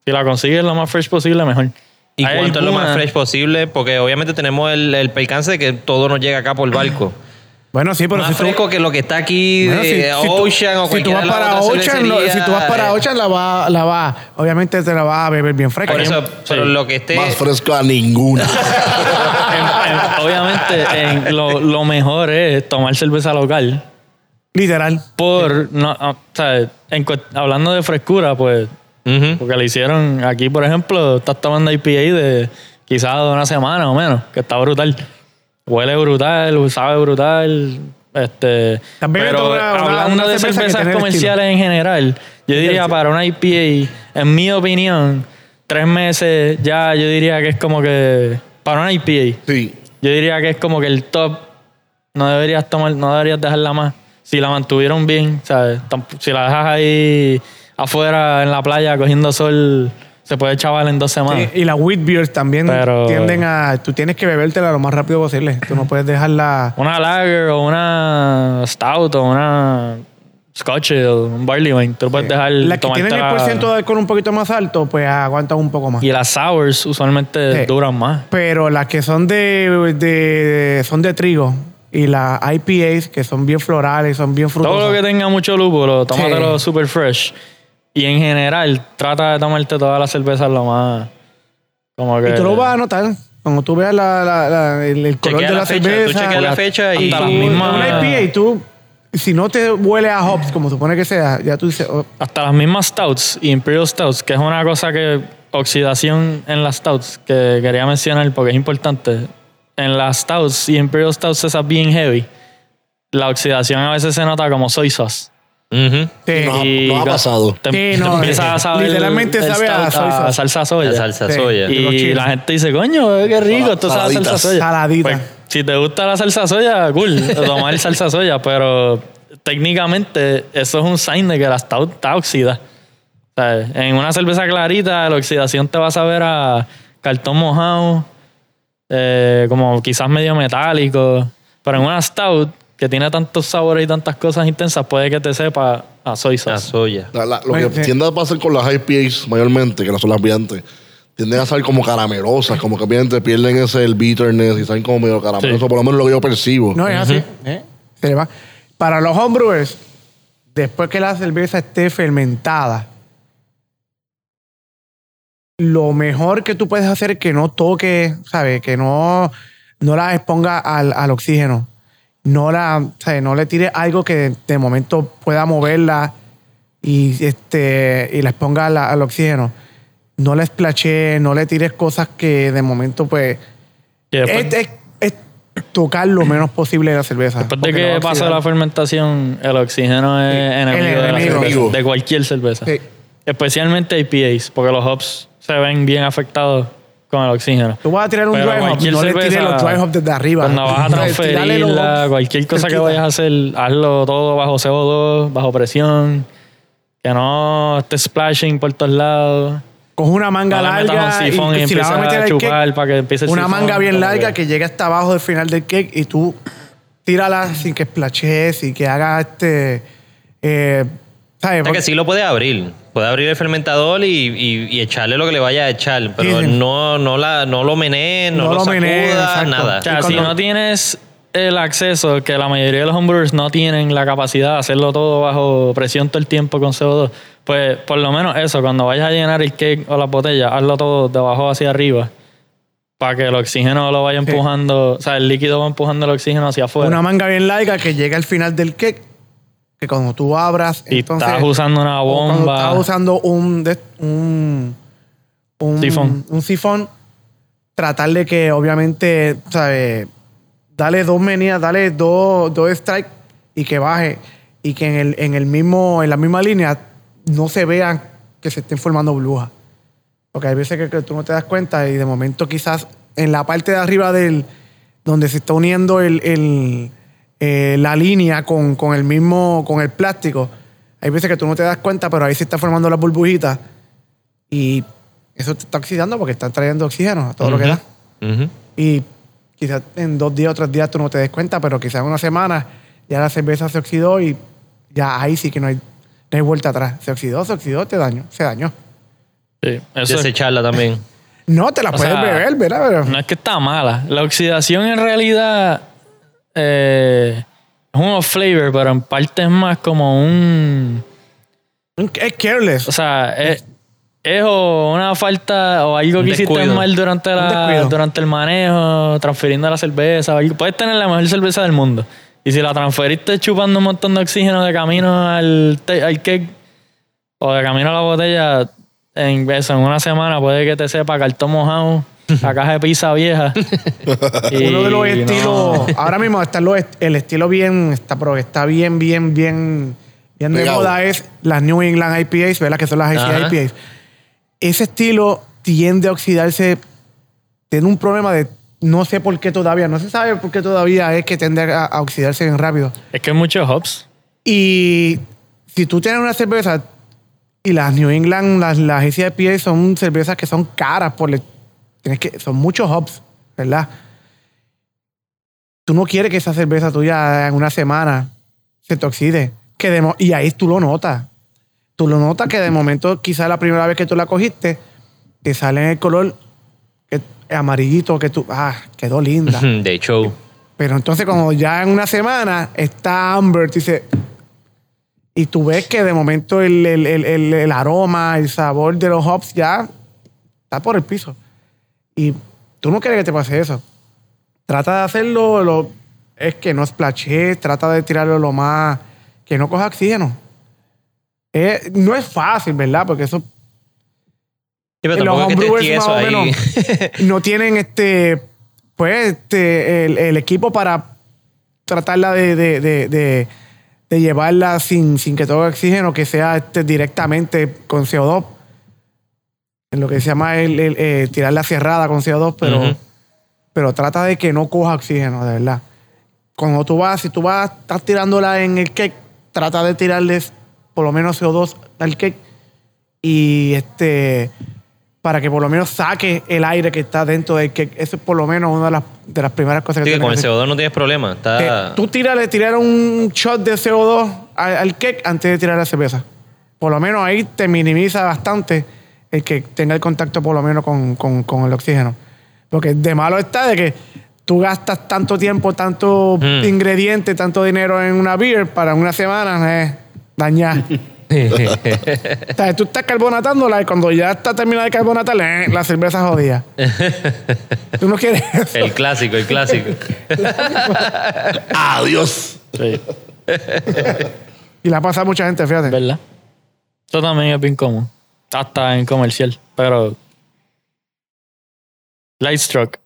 Si la consigues lo más fresh posible, mejor. y Hay cuánto es lo más alguna- fresh posible, porque obviamente tenemos el, el percance de que todo nos llega acá por barco. Bueno, sí, pero más si tú, fresco que lo que está aquí bueno, de si- si tú- Ocean o si tú cualquiera vas de las para otras Ocean, lo- si tú vas para cervecerías, eh, Ocean, la va, la va, obviamente te la va a beber bien fresca. Por eso, pero Sí. lo que esté. Más fresca ninguna. En- en- obviamente, en lo, lo mejor es tomar cerveza local. Literal. Por, no, o sea, en cuest- hablando de frescura, pues, Ujú. porque le hicieron aquí, por ejemplo, estás tomando IPA de quizás de una semana o menos, que está brutal. Huele brutal, sabe brutal. Este, Estás bebiendo pero una- una- hablando una de cerveza que cervezas tiene el comerciales en general, yo diría para una IPA, en mi opinión, tres meses ya yo diría que es como que para una IPA. Sí. Yo diría que es como que el top. No deberías tomar, no deberías dejarla más. Si la mantuvieron bien, ¿sabes? Tamp- Si la dejas ahí afuera en la playa cogiendo sol, se puede chaval en dos semanas. Y, y las wheat beers también Pero- tienden a... Tú tienes que bebértela lo más rápido posible. Tú no puedes dejarla... Una lager o una stout o una scotch o un barley wine, tú lo puedes dejar. eh, Las que tomártela- tienen el porcentaje de alcohol un poquito más alto, pues aguantan un poco más. Y las sours usualmente Sí. duran más. Pero las que son de, de- son de trigo y las IPAs, que son bien florales, son bien frutosas. Todo lo que tenga mucho lúpulo, tómatelo Sí. super fresh. Y en general, trata de tomarte todas las cervezas lo más. Como que. Y tú lo vas a notar. Cuando tú veas la- la- la- el, el color Chequea de la, la fecha, tú cerveza. chequea la fecha y- hasta Hasta las mismas- Una IPA, tú, si no te huele a hops, como supone que sea, ya tú dices, oh, Hasta las mismas stouts y Imperial Stouts, que es una cosa que. Oxidación en las stouts, que quería mencionar porque es importante. En las stouts y Imperial Stouts, esas bien heavy, la oxidación a veces se nota como soy sauce. Ujú. te- No, Y no ha ca- pasado. Te, Sí, te no, eh, empiezas a saber. literalmente el sabe stout, a soy sauce. salsa soya. La salsa Sí. soya. Digo, Y chill. la gente dice, coño, eh, qué rico, esto sabe a salsa Saladitas. soya. Saladita. Pues, si te gusta la salsa soya, cool, tomar salsa soya, pero técnicamente eso es un sign de que la stout está oxida. ¿Sabes? En una cerveza clarita, la oxidación te va a saber a cartón mojado, eh, como quizás medio metálico, pero en una stout que tiene tantos sabores y tantas cosas intensas, puede que te sepa a soy La sauce. soya. La- la- lo Bueno, que sí. tiende a pasar con las IPAs mayormente, que no son las brillantes, tienden a ser como caramelosas, como que obviamente pierden ese el bitterness y salen como medio caramelosos, Sí. por lo menos lo que yo percibo. No es así. ¿eh? Se le va. Para los homebrewers, después que la cerveza esté fermentada, lo mejor que tú puedes hacer es que no toque, ¿sabes? Que no, no la exponga al, al oxígeno. No, la, ¿sabes? no le tires algo que de momento pueda moverla y, este, y la exponga al, al oxígeno. No le splaché, no le tires cosas que de momento pues Que después- es, es- es tocar lo menos posible la cerveza. Después de porque lo va que a pasa la oxidar. fermentación, el oxígeno es enemigo, de, la enemigo. cerveza, de cualquier cerveza. Sí. Especialmente IPAs, porque los hops se ven bien afectados con el oxígeno. Tú vas a tirar un Pero dry hop, cualquier no le tires cerveza, los dry hop desde arriba. Cuando vas a Tirarle los transferirla, hops cualquier cosa que cerquita. vayas a hacer, hazlo todo bajo CO2, bajo presión, que no esté splashing por todos lados. Coge una manga no le metas larga un sifón y si la vas a empieces meter a al chupar cake, para que empiece el una sifón, manga bien como larga que- que llegue hasta abajo del final del cake y tú tírala sin que splashes y que haga este... eh, ¿Sabes? O sea, que sí lo puede abrir. Puede abrir el fermentador y, y- y echarle lo que le vaya a echar. Pero Sí, sí. no, no, la, no lo menee, no, No lo lo sacuda, menee, exacto. nada. O sea, Y si cuando- no tienes el acceso, que la mayoría de los homebrewers no tienen la capacidad de hacerlo todo bajo presión todo el tiempo con CO2, pues por lo menos eso, cuando vayas a llenar el cake o las botellas, hazlo todo de abajo hacia arriba para que el oxígeno lo vaya empujando, o sea, el líquido va empujando el oxígeno hacia afuera. Una manga bien larga que llegue al final del cake que cuando tú abras... y entonces, estás usando una O Cuando bomba. estás usando un, de- un, un Sifón. un sifón, tratar de que obviamente, ¿sabes? Dale dos menidas, dale dos, dos strikes y que baje. Y que en el, en el mismo, en la misma línea no se vean que se estén formando burbujas. Porque hay veces que, que tú no te das cuenta y de momento quizás en la parte de arriba del donde se está uniendo el, el, eh, la línea con, con el mismo, con el plástico, hay veces que tú no te das cuenta, pero ahí se está formando las burbujitas y eso te está oxidando porque están trayendo oxígeno a todo lo que da. Ujú. Y quizás en dos días o tres días tú no te des cuenta, pero quizás en una semana ya la cerveza se oxidó y ya ahí sí que no hay, no hay vuelta atrás. Se oxidó, se oxidó, te dañó, se dañó. Sí, eso es- Desecharla también. No, te la puedes sea, beber, ¿verdad? Pero- No es que está mala. La oxidación en realidad eh, es un off-flavor, pero en parte es más como un... Es careless. O sea, es, es o una falta o algo que hiciste descuido. mal durante, la, descuido. durante el manejo, transfiriendo la cerveza. o algo. Puedes tener la mejor cerveza del mundo. Y si la transferiste chupando un montón de oxígeno de camino al, te- al cake o de camino a la botella, en, eso, en una semana puede que te sepa cartón mojado, la caja de pizza vieja. Y Uno no- de los estilos. Ahora mismo está los est- el estilo bien, está, pero que está bien, bien, bien, bien de Pegado. moda es las New England IPAs, ¿verdad? Que son las Ajá. ICA IPAs. Ese estilo tiende a oxidarse. Tiene un problema de no sé por qué todavía, no se sabe por qué todavía es que tiende a, a oxidarse bien rápido. Es que hay muchos hops. Y si tú tienes una cerveza y las New England, las, las ICIPA son cervezas que son caras, por le- tienes que, son muchos hops, ¿verdad? Tú no quieres que esa cerveza tuya en una semana se te oxide. Que de mo- y ahí tú lo notas. Tú lo notas que de momento, quizás la primera vez que tú la cogiste, te sale en el color eh, amarillito que tú, ah, quedó linda. De hecho, Pero entonces, como ya en una semana está Amber, dice. Y tú ves que de momento el, el- el- el- el aroma, el sabor de los hops ya está por el piso. Y tú no quieres que te pase eso. Trata de hacerlo, lo- es que no splashes, trata de tirarlo lo más. que no coja oxígeno. Eh, no es fácil, ¿verdad? Porque eso sí, pero los tampoco es que estés homebrewers tieso más o ahí. menos no tienen este pues este, el, el equipo para tratarla de, de, de- de- de llevarla sin, sin que todo oxígeno que sea este, directamente con CO2 en lo que se llama el, el, eh, tirarla cerrada con CO2 pero Ujú. pero trata de que no coja oxígeno de verdad cuando tú vas si tú vas estás tirándola en el cake trata de tirarles por lo menos CO2 al cake y este para que por lo menos saque el aire que está dentro del que eso es por lo menos una de las, de las primeras cosas que Sí, que tienes con el que hacer. CO2 no tienes problema. Está... Te- Eh, tú tira, le tiraron un shot de CO2 al, al cake antes de tirar la cerveza. Por lo menos ahí te minimiza bastante el que tenga el contacto por lo menos con, con- con el oxígeno. Porque de malo está de que tú gastas tanto tiempo, tanto Mm. ingrediente, tanto dinero en una beer para una semana, eh, dañar. O sea, tú estás carbonatándola y cuando ya está terminada de carbonatarla, eh, la cerveza jodida. tú no quieres eso. El clásico, el clásico. Adiós. Sí, Y la pasa a mucha gente, fíjate. ¿verdad? Eso también es bien común. Hasta en comercial, pero... Lightstruck.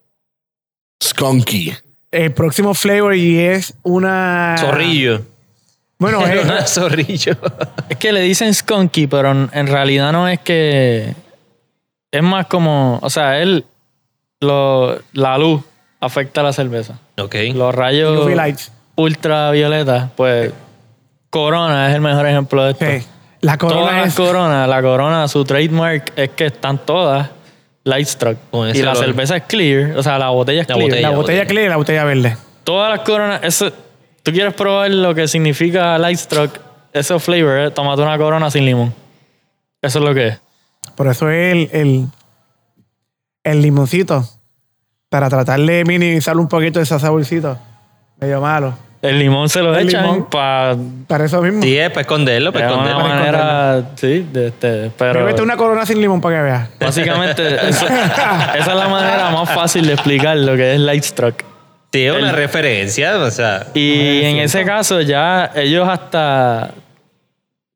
Skunky. El próximo flavor y es una... Zorrillo. Bueno, es, Una zorrillo. Es que le dicen skunky, pero en en realidad no es que. Es más como. O sea, él. Lo, la luz afecta a la cerveza. ok. Los rayos UV lights. ultravioleta, pues. Corona es el mejor ejemplo de esto. sí. la corona todas es... las coronas, la corona, su trademark es que están todas Lightstruck. Con ese Y la color. cerveza es clear, o sea, la botella es La clear. botella. la botella clear y la botella verde. Todas las coronas, eso, tú quieres probar lo que significa Lightstruck, ese flavor, eh, tómate una corona sin limón. Eso es lo que es. Por eso es el, el, el limoncito. Para tratar de minimizar un poquito ese saborcito. Medio malo. El limón se lo El echan limón. para... Para eso mismo. Sí, es para esconderlo, para una esconderlo. manera, sí, de este, pero Bébete una corona sin limón para que veas. básicamente eso- esa es la manera más fácil de explicar lo que es Lightstruck. Sí, es una referencia, o sea. Y en ese caso ya ellos hasta...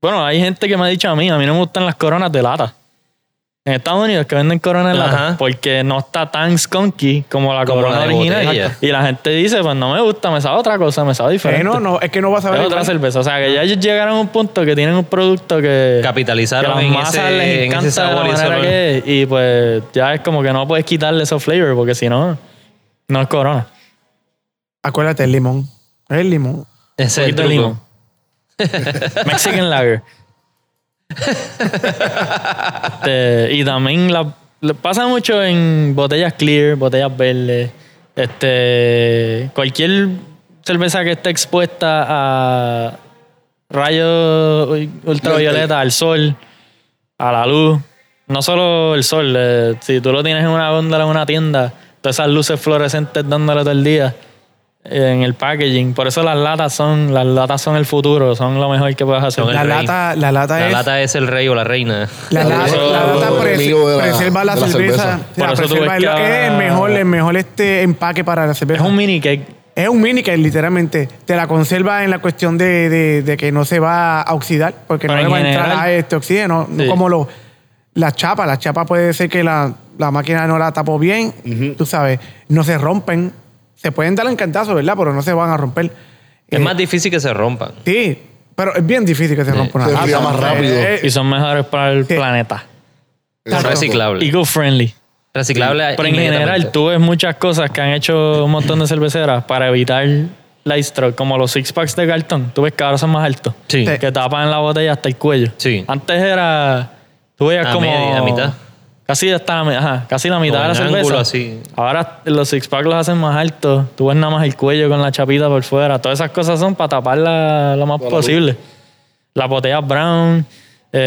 Bueno, hay gente que me ha dicho a mí, a mí no me gustan las coronas de lata. En Estados Unidos que venden coronas de lata Ajá. porque no está tan skunky como la Como corona la de original. botella. Y la gente dice, pues no me gusta, me sabe otra cosa, me sabe Eh, diferente. no, no, es que no vas a ver. es otra igual. cerveza. O sea, que ya ellos llegaron a un punto que tienen un producto que... Capitalizaron que las en masas ese- en les ese encanta sabor y de la ese manera olor. que es. Y pues ya es como que no puedes quitarle esos flavors porque si no, no es corona. Acuérdate, el limón. El limón. Ese es el poquito de truco. limón. Mexican Lager. Este, y también la, la- pasa mucho en botellas clear, botellas verdes. Este, cualquier cerveza que esté expuesta a rayos ultravioleta, al sol, a la luz, no solo el sol, eh, si tú lo tienes en una góndola en una tienda, todas esas luces fluorescentes dándole todo el día eh, en el packaging. Por eso las latas son, las latas son el futuro, son lo mejor que puedes hacer. Son el La rey. lata, la lata La es. lata es el rey o la reina. la lata, Eso- la lata eso- prese- enemigo de la- preserva la, de la cerveza. cerveza. O sea, Por eso tú preserva- ves que es el ahora- mejor, el mejor este empaque para la cerveza. Es un mini cake. Es un mini que literalmente te la conserva en la cuestión de, de- de que no se va a oxidar, porque Pero no le en va a entrar general- a este oxígeno, no Sí. como lo, la chapa. La chapa puede ser que la, la máquina no la tapó bien, tú sabes, no se rompen. Se pueden dar en cantazo, ¿verdad? Pero no se van a romper. Es Eh, más difícil que se rompan. Sí, pero es bien difícil que se rompa una Se lata. enfría más Eh, rápido. eh, Y son mejores para el Sí. planeta. Son Exacto. reciclables. Eco-friendly. Reciclable. Pero en general, tú ves muchas cosas que han hecho un montón de cerveceras para evitar la stroke, como los six packs de cartón. Tú ves que ahora son más altos. Sí. Sí. Que tapan la botella hasta el cuello. Sí. Antes era. Tú veías A como. media, a mitad. Casi hasta la mi- ajá, casi la mitad Como de la en cerveza. ángulo, así. Ahora los six packs los hacen más altos. Tú ves nada más el cuello con la chapita por fuera. Todas esas cosas son para taparla lo más posible. Las botellas brown,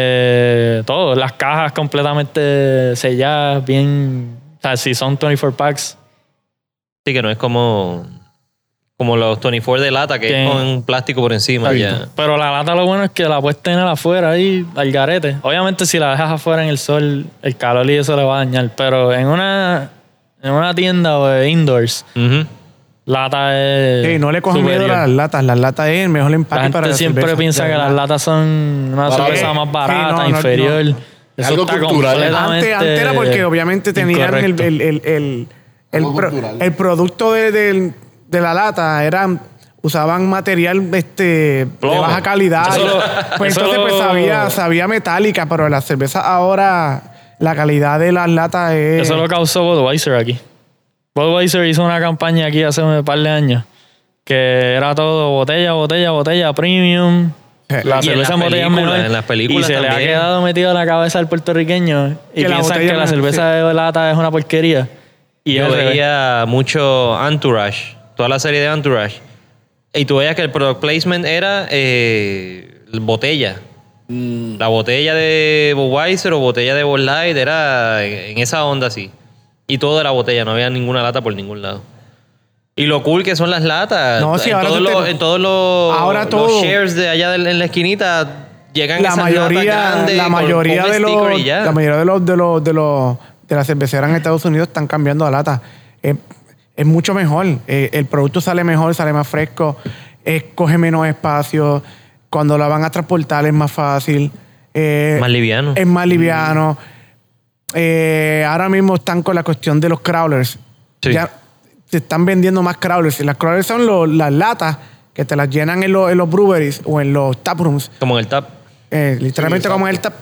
eh, todo. Las cajas completamente selladas, bien. O sea, si son 24 packs, Sí, que no es como, como los 24 de lata, que Que- es con plástico por encima. ya. Pero la lata lo bueno es que la puedes tener afuera ahí, al garete. Obviamente si la dejas afuera en el sol, el calor y eso le va a dañar. Pero en una, en una tienda o de indoors, Ujú. lata es sí, no le cojan superior. miedo a las latas. Las latas es el mejor empaque La gente para la siempre cerveza, piensa de que las verdad. latas son una Barata. cerveza más Sí, barata, no, no, inferior. no. Eso Algo está cultural. completamente Antes, antes era porque obviamente tenían este, el, incorrecto. el, el, el, el Algo pro- cultural. el producto de, del- de la lata, eran usaban material este de Plomo. baja calidad. Eso lo- pues eso entonces pues lo- sabía, sabía metálica, pero la cerveza ahora, la calidad de las latas es... Eso lo causó Budweiser aquí. Budweiser hizo una campaña aquí hace un par de años que era todo botella, botella, botella, premium. Eh, La y cerveza en en las botella es películas, menor. en las películas y se le ha también. quedado metido en la cabeza al puertorriqueño y Que la piensan botella que la menor, cerveza de lata es una porquería. Y Yo es al revés. veía mucho Entourage, toda la serie de Entourage. Y tú veías que el product placement era eh, botella. La botella de Budweiser o botella de Bud Light era en en esa onda así. Y todo era botella, no había ninguna lata por ningún lado. Y lo cool que son las latas. No, sí, en, ahora todos tú te- los, en todos los, Ahora los todo. shares de allá del- en la esquinita llegan la esas latas mayoría, grandes la con- mayoría con un de sticker los, y ya. la mayoría de los, de los, de los, de las cerveceras en Estados Unidos están cambiando a lata. Es, es mucho mejor. Eh, el producto sale mejor, sale más fresco, eh, coge menos espacio. Cuando la van a transportar es más fácil. Eh, Más liviano. Mm. Es más liviano. Eh, ahora mismo están con la cuestión de los crawlers. Sí. Ya se están vendiendo más crawlers. Y Las crawlers son los- las latas que te las llenan en, los- en los breweries o en los taprooms. Como en el tap. Eh, literalmente Sí, como él ta-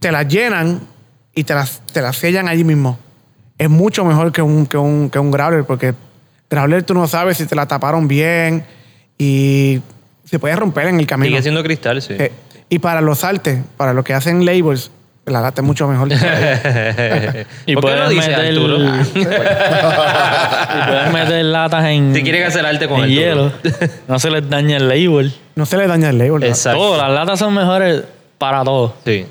te las llenan y te las, te las sellan allí mismo. Es mucho mejor que un, que un, que un growler porque growler tú no sabes si te la taparon bien y se puede romper en el camino. Sigue siendo cristal, sí. Eh, y para los artes, para los que hacen labels, la lata es mucho mejor. Y ¿Por qué puedes no dice meter- Arturo? Y puedes meter latas en. Si quieres hacer arte con en hielo. Arturo. No se les daña el label. no se le daña el label. ¿no? Exacto. Todo, las latas son mejores para todo, Sí.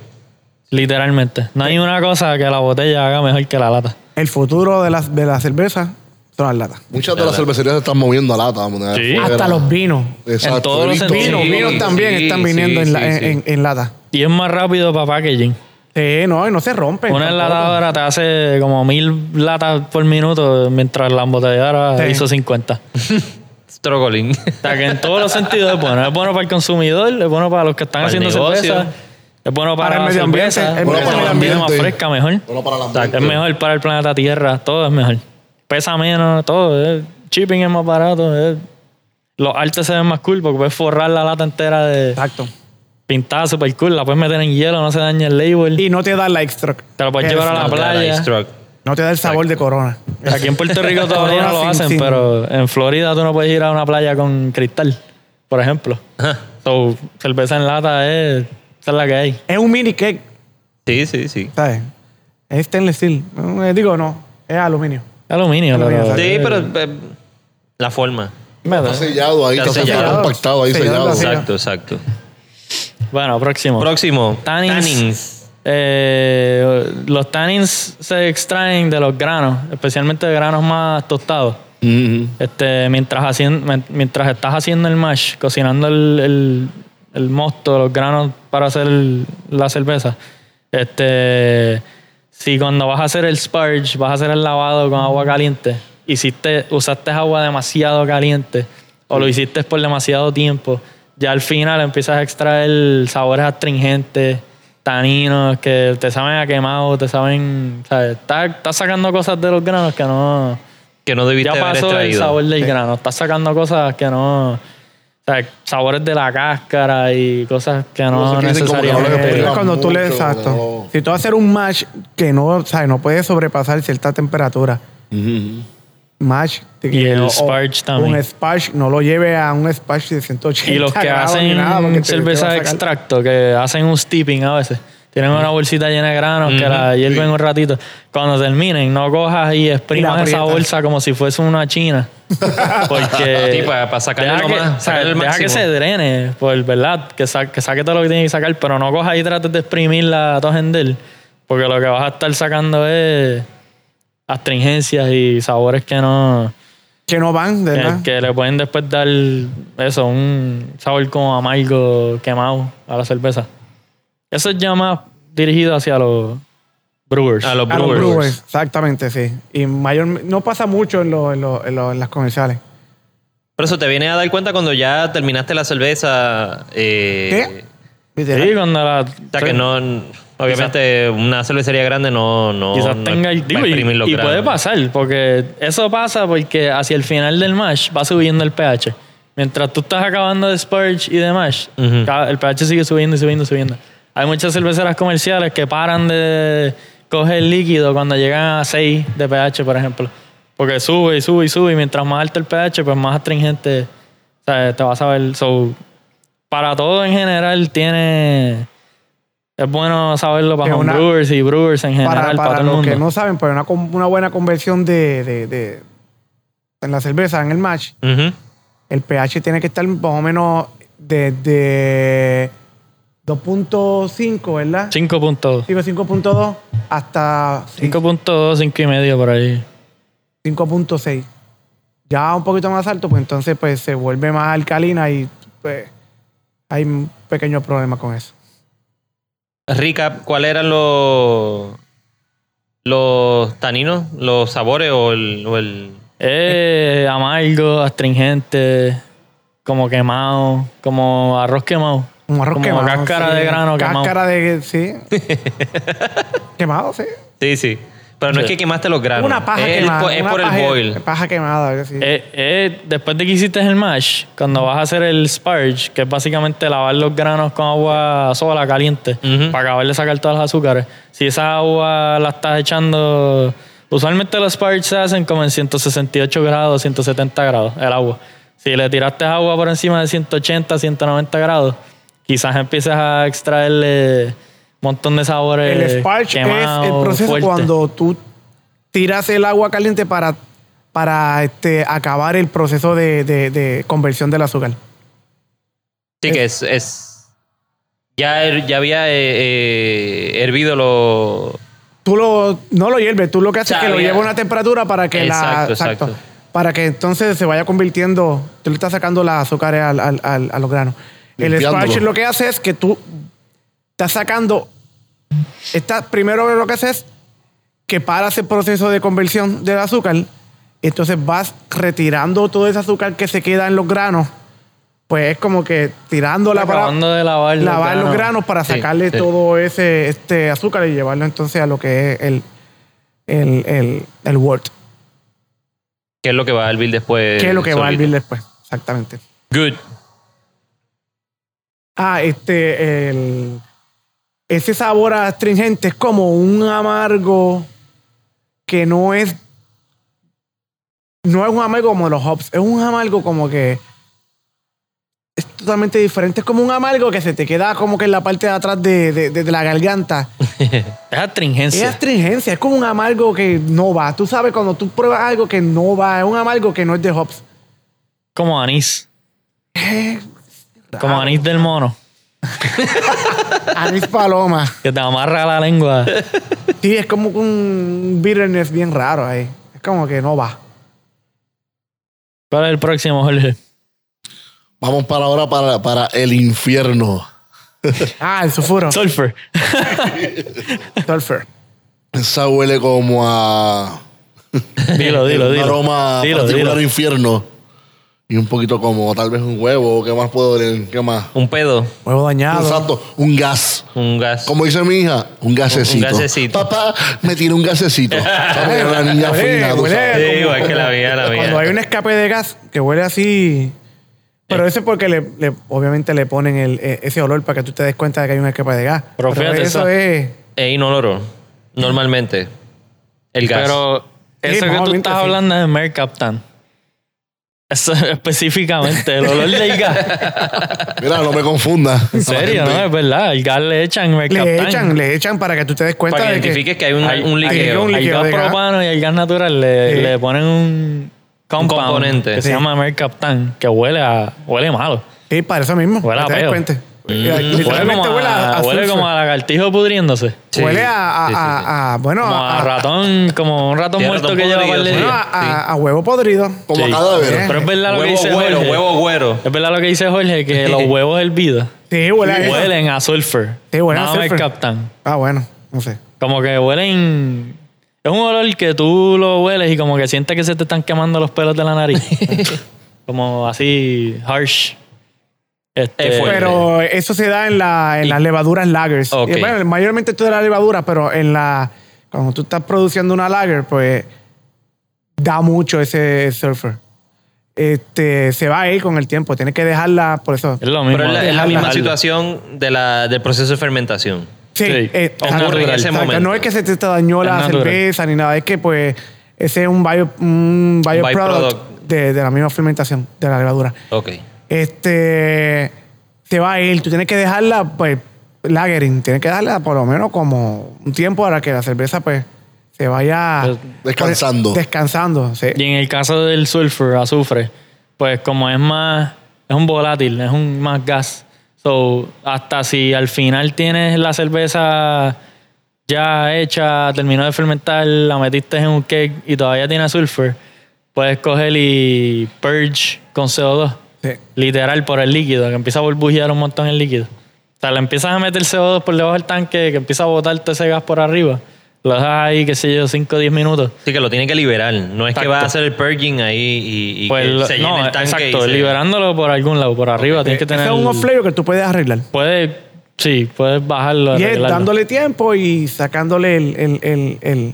literalmente. No hay una cosa que la botella haga mejor que la lata. El futuro de las de la cerveza son las latas. Muchas de las cervecerías se están moviendo a lata. de Sí. afuera. Hasta los vinos. Exacto. En todos los Listo. sentidos. Vinos, Sí, vinos también sí, están sí, viniendo en, la- sí, en- sí. en- en lata. Y es más rápido para packaging. Sí, no, y no se rompen. Una Pues tampoco. enlatadora te hace como mil latas por minuto, mientras la embotelladora Sí. hizo 50. O Strogolin. sea que en todos los sentidos es bueno. Es bueno para el consumidor, es bueno para los que están Para el haciendo negocio. cerveza. Es bueno para, Para el la medio ambiente, cerveza, es bueno para para el la comida más ambiente. fresca, mejor. Bueno, para las Es mejor para el planeta Tierra, todo es mejor. Pesa menos, todo. El shipping es más barato. eh. Los artes se ven más cool porque puedes forrar la lata entera de Exacto. pintada super cool. La puedes meter en hielo, no se daña el label. Y no te da el extra. Te lo puedes llevar a la No, playa. Ice Truck. No te da el sabor de corona. Aquí en Puerto Rico todavía no lo Sin- hacen, sin- pero en Florida tú no puedes ir a una playa con cristal, por ejemplo. so, cerveza en lata es, esa es la que hay. Es un mini cake, Sí, sí, sí. ¿sabes? Es stainless steel. No, eh, Digo, no, es aluminio. Aluminio, Aluminio, pero- exacto. Sí, pero eh, la forma. Está sellado ahí, está Está sellado, sellado. compactado ahí, Sellado, sellado. sí. Exacto, exacto. Bueno, próximo. Próximo. Tannins. Tannins. Eh, eh, los tannins se extraen de los granos, especialmente de granos más tostados. Ujú. Este, mientras, hacien- men- mientras estás haciendo el mash, cocinando el, el- el mosto, los granos para hacer el- la cerveza, este, si cuando vas a hacer el sparge, vas a hacer el lavado con agua caliente, hiciste, usaste agua demasiado caliente o lo hiciste por demasiado tiempo, ya al final empiezas a extraer sabores astringentes, taninos que te saben a quemado, te saben, ¿sabes? Estás estás sacando cosas de los granos que no Que no debiste ya haber pasó el extraído. sabor del grano. Estás sacando cosas que no. O sea, sabores de la cáscara y cosas que no Cosas que dicen como que no le necesariamente. Eh, pega cuando tú le mucho, exacto. no. Si tú vas a hacer un match que no, ¿sabes? No puede sobrepasar cierta temperatura. Ujú. Match. te- Y el o- sparge también. Un sparge, no lo lleve a un sparge de 180 y los que grados ni hacen nada, porque te- te va cerveza a de sacar. Mm. extracto, que hacen un steeping a veces. Tienen una bolsita llena de granos que la hierven un ratito. Cuando terminen, no cojas y exprimas esa aprietas. bolsa como si fuese una china. Porque. Ah, Sí, pues, para- para sacarle deja lo que- más, o sea, sacarle el deja que máximo. se drene, pues, ¿verdad? Que, sa- que saque todo lo que tiene que sacar, pero no cojas y trates de exprimirla todo en él. Porque lo que vas a estar sacando es astringencias y sabores que no Que no van, de que, ¿verdad? que le pueden después dar eso, un sabor como amargo quemado a la cerveza. Eso es ya más dirigido hacia los brewers. A los A los brewers. brewers, exactamente, sí. Y mayor, no pasa mucho en, lo- en lo- en lo- en las comerciales. Por eso te vienes a dar cuenta cuando ya terminaste la cerveza. Eh, ¿Qué? Sí, cuando la. O sea, que no. Obviamente, una cervecería grande no. no Quizás no tenga el va a digo, exprimir los y, y granos. puede pasar, porque eso pasa porque hacia el final del mash va subiendo el pH. Mientras tú estás acabando de Spurge y de mash, Ujú. ca- el pH sigue subiendo y subiendo y subiendo. Hay muchas cerveceras comerciales que paran de coger líquido cuando llegan a 6 de pH, por ejemplo. Porque sube y sube y sube, y mientras más alto el pH, pues más astringente o sea, te vas a ver. So, para todo en general tiene... Es bueno saberlo para Que una- homebrewers y brewers en general, Para, para, para todo el los mundo. que no saben, pues una, con- una buena conversión de, de- de- en la cerveza, en el match, Ujú. el pH tiene que estar más o menos desde 2.5, ¿verdad? 5.2. Digo 5.2 hasta 5.2, 5 y medio por ahí. 5.6. Ya un poquito más alto, pues entonces pues se vuelve más alcalina y pues hay un pequeño problema con eso. Recap, ¿cuáles eran los. los taninos, los sabores o el. o el- Eh, amargo, astringente, como quemado, como arroz quemado. Un arroz como quemado. cáscara sí. de grano quemado. Cáscara de... Sí. quemado, sí. Sí, sí. Pero no es que quemaste los granos. Una paja es, el- quemada. es una por paja, el boil. Paja quemada, algo así. Eh, eh, después de que hiciste el mash, cuando vas a hacer el sparge, que es básicamente lavar los granos con agua sola, caliente, Ujú. para acabar de sacar todos los azúcares, si esa agua la estás echando... Usualmente los sparges se hacen como en 168 grados, 170 grados, el agua. Si le tiraste agua por encima de 180, 190 grados, quizás empieces a extraerle un montón de sabores el sparge quemados, es el proceso fuertes. cuando tú tiras el agua caliente para, para este, acabar el proceso de, de- de conversión del azúcar. Sí, que es. es- ya, her- ya había eh, eh, hervido los. Tú lo, no lo hierves, tú lo que haces es que lo Sabía. llevas a una temperatura para que la. Exacto, exacto. Para que entonces se vaya convirtiendo. Tú le estás sacando las azúcares al- al- al- a los granos. El Limpiándolo. sparge lo que hace es que tú estás sacando. Está, primero lo que haces es que paras el proceso de conversión del azúcar. Entonces vas retirando todo ese azúcar que se queda en los granos. Pues es como que tirándola para Acabando de lavar los lavar los granos. granos para Sí, sacarle sí. todo ese este azúcar y llevarlo entonces a lo que es el el, el, el wort, ¿Qué es lo que va a hervir después? que es lo que va a solito? hervir después, exactamente. Good. Ah, este el ese sabor astringente es como un amargo que no es no es un amargo como los hops, es un amargo como que es totalmente diferente, es como un amargo que se te queda como que en la parte de atrás de, de- de- de la garganta. Es astringencia. Es astringencia, es como un amargo que no va. Tú sabes cuando tú pruebas algo que no va, es un amargo que no es de hops. como anís. Como anís del mono. Anís paloma. Que te amarra la lengua. Sí, es como un bitterness bien raro ahí. Es como que no va. ¿Cuál es el próximo, Jorge? Vamos para ahora para, para el infierno. Ah, el sulfuro. Sulfur. Sulfur. Esa huele como a Dilo, dilo, un dilo. aroma dilo, particular dilo. infierno. Y un poquito como tal vez un huevo. ¿Qué más puedo oler? ¿Qué más? Un pedo, Huevo dañado. Exacto, un gas. un gas. Como dice mi hija, un gasecito. gasecito. Papá me tiene un gasecito. ¿Sabes? Una niña Huele, fina, tú huele. sabes. Sí, igual que la mía, la Cuando hay mía. un escape de gas que huele así. Pero eso es porque le, le- obviamente le ponen el, eh, ese olor para que tú te des cuenta de que hay un escape de gas. Pero fíjate, eso- eso es. E inoloro, normalmente. El gas. Pero eso que tú normalmente estás sí. hablando es Mer Captain. Eso específicamente, el olor del gas. Mira, no me confunda. En serio, ¿no? Es verdad. El gas le echan Mer Le Captain. echan, le echan para que tú te des cuenta para que de identifiques que hay un, Hay- un hay liqueo. Al un- líquido gas de gas. propano y al gas natural le, Sí. le ponen un, compound componente. que se Sí. llama Mer Captain, que huele a huele malo. Sí, para eso mismo. Huele para a que te peo. Mm. des cuenta. Eh, Huele Literalmente como a, huele a, a huele sulfur. como a lagartijo pudriéndose. Sí, Huele a, a- sí, sí, a- sí. a- bueno, como a, a, ratón, como un ratón Sí, muerto ratón que lleva podrido, par de sí. bueno, días. a- a- a huevo podrido. Como Sí. cadáver. Pero es verdad lo que Huevo dice güero, Jorge. huevo güero. Es verdad lo que dice Jorge, que los huevos hervidos Sí, huele a eso. huelen a sulfur. Sí, huelen a Nada más sulfur. captan. Ah, bueno, no sé. Como que huelen... Es un olor que tú lo hueles y como que sientes que se te están quemando los pelos de la nariz. como así, harsh. Este, Es fuerte. Pero eso se da en, la, en las levaduras lagers. Ok. Y bueno, mayormente esto de la levadura, pero en la cuando tú estás produciendo una lager, pues da mucho ese sulfur. Este, se va a ir con el tiempo, tienes que dejarla por eso. es lo mismo. Pero es la, es la misma Dejarlo. situación de la, del proceso de fermentación. Sí, Sí, eh, ocurre exacto, en ese exacto. momento. No es que se te dañó Es la natural. cerveza ni nada, es que pues ese es un, bio, un bioproduct Byproduct. de, de la misma fermentación de la levadura. Ok. este se va a ir. Tú tienes que dejarla, pues, lagering. Tienes que dejarla por lo menos como un tiempo para que la cerveza, pues, se vaya... pues, Descansando. Descansando, sí. Y en el caso del sulfur, azufre, pues como es más, es un volátil, es un más gas. So, hasta si al final tienes la cerveza ya hecha, terminó de fermentar, la metiste en un cake y todavía tiene sulfur, puedes coger y purge con CO2, Sí. literal por el líquido, que empieza a burbujear un montón el líquido. O sea, le empiezas a meter CO2 por debajo del tanque, que empieza a botarte ese gas por arriba. Lo dejas ahí, qué sé yo, 5 o 10 minutos. Así que lo tiene que liberar. No es que Exacto. va a hacer el purging ahí y, y Pues, que lo- se llene no, el tanque. exacto, y se- liberándolo por algún lado, por arriba, tienes que Ese tener. es un off-flavor que tú puedes arreglar. Puedes, sí, puedes bajarlo. Y es arreglarlo. dándole tiempo y sacándole el, el, el, el,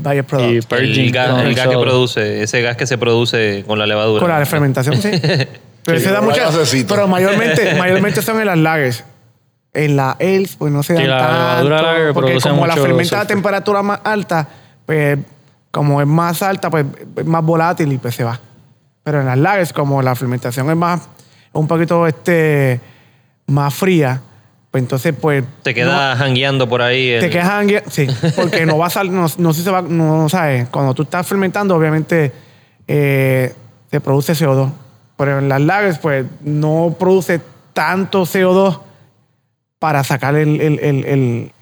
Y byproduct. purging el gas, con el gas que eso. produce, ese gas que se produce con la levadura. Con la fermentación, sí. Pero Sí, se da como muchas... gasecito. Pero mayormente, mayormente son en las lagers. En la ELF, pues no se Sí, dan la tanto. levadura lager porque produce como la mucho fermenta a sulfur. temperatura más alta, pues como es más alta, pues es más volátil y pues se va. Pero en las lagers, como la fermentación es más, un poquito este, más fría, pues entonces pues... Te queda jangueando por ahí. no- el- te quedas hangue- sí, porque no va a salir, no, no sé si se va, no, sabes, cuando tú estás fermentando, obviamente eh, se produce CO2, pero en las lagers, pues no produce tanto CO2 para sacar el, el, el, el,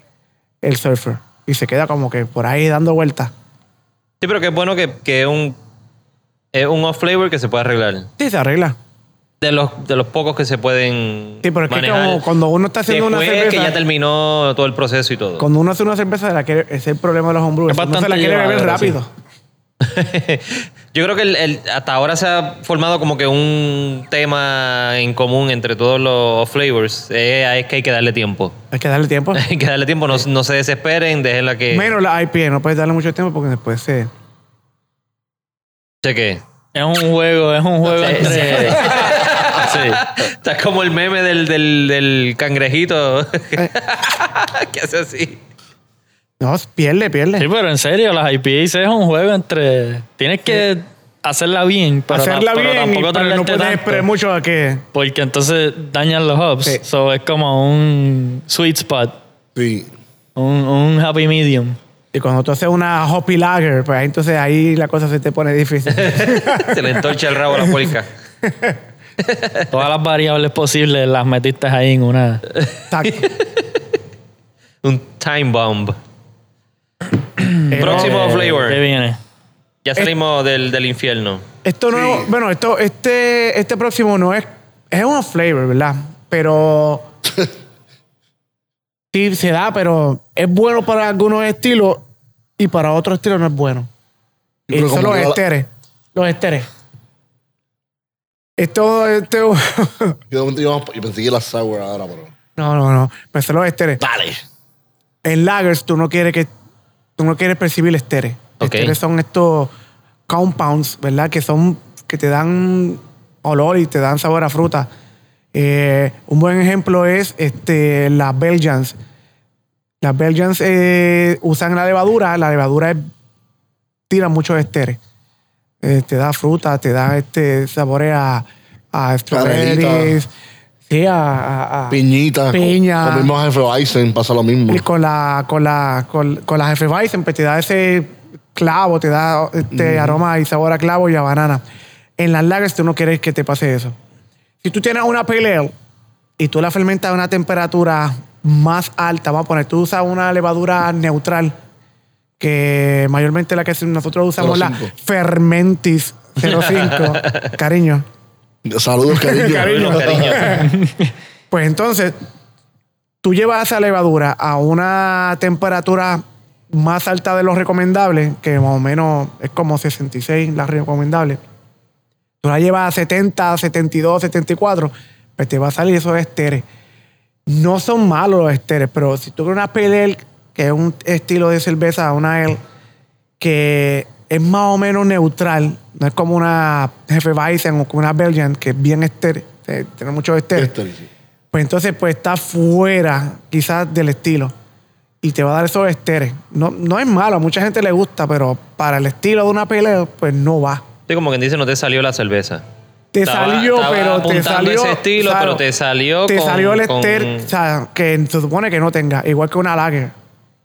el sulfur. Y se queda como que por ahí dando vueltas. Sí, pero que es bueno que, que es un, es un off-flavor que se puede arreglar. Sí, se arregla. De los, de los pocos que se pueden Sí, pero es que manejar. como cuando uno está haciendo una Después que cerveza- ya terminó todo el proceso y todo. Cuando uno hace una cerveza, se la quiere- ese es el problema de los homebrewers. Es Uno se la bastante quiere beber llevadero, rápido. Yo creo que el- el- hasta ahora se ha formado como que un tema en común entre todos los flavors. Eh, es que hay que darle tiempo. Hay que darle tiempo. Hay que darle tiempo, no, no se desesperen, déjenla que Menos la IPA, no puedes darle mucho tiempo porque después se... cheque. Es un juego, es un juego entre. sí. Estás como el meme del, del, del cangrejito que hace así. No, pierde, pierde. Sí, pero en serio, las IPAs es un juego entre. Tienes que hacerla bien, pero, ta- Hacerla pero bien, y- tampoco pero no tardarte puedes tanto, esperar mucho a que... Porque entonces dañan los hubs. Sí. So es como un sweet spot, Sí. un, un happy medium. Y cuando tú haces una hoppy lager, pues ahí entonces ahí la cosa se te pone difícil. Se le entorcha el rabo a la puerca. Todas las variables posibles las metiste ahí en una. Exacto. Un time bomb. Pero Próximo Eh, flavor. ¿Qué viene? Ya salimos del, del infierno. Esto nuevo, bueno, esto, este, este próximo no es, es un flavor, ¿verdad? Pero sí se da, pero es bueno para algunos estilos y para otros estilos no es bueno. Y Sí, pero son como los que la- esteres. Los esteres. Esto, este, Yo de momento iba a- y pensé que la sour ahora, pero. no, no, no. Pero son los esteres. Dale. En lagers tú no quieres que tú no quieres percibir esteres. Ok. Esteres son estos compounds, ¿verdad? Que son que te dan olor y te dan sabor a fruta. Eh, un buen ejemplo es este las Belgians. Las Belgians eh, usan la levadura, la levadura es- tira muchos esteres. Eh, te da fruta, te da este sabores a, a strawberries, sí, a, a- a- Piñita. Piña. Con mismo jefe Bison pasa lo mismo. y con la, con la, con, con la jefe Weizen, pues te da ese clavo, te da este aroma y sabor a clavo y a banana. En las lagers tú no quieres que te pase eso. Si tú tienes una pale ale y tú la fermentas a una temperatura más alta, vamos a poner, tú usas una levadura neutral, que mayormente la que nosotros usamos, la 05. Fermentis 05, cariño. Saludos, cariño. Saludos, cariño. Pues entonces, tú llevas esa levadura a una temperatura más alta de lo recomendable, que más o menos es como 66 la recomendable. Tú la llevas a 70, 72, 74, pues te va a salir esos esteres. No son malos los esteres, pero si tú quieres una pale ale, que es un estilo de cerveza, una ale, que es más o menos neutral, no es como una Jefe Weizen o como una Belgian, que es bien ester, eh, tiene muchos esteres Este, sí. pues entonces pues está fuera quizás del estilo y te va a dar esos esteres. No, no es malo, a mucha gente le gusta, pero para el estilo de una pelea pues no va. Sí, como quien dice, no te salió la cerveza. Te Estaba- salió, estaba pero te apuntando salió ese estilo, pero te salió Te con- salió el con- ester, o sea, que se supone que no tenga, igual que una lager.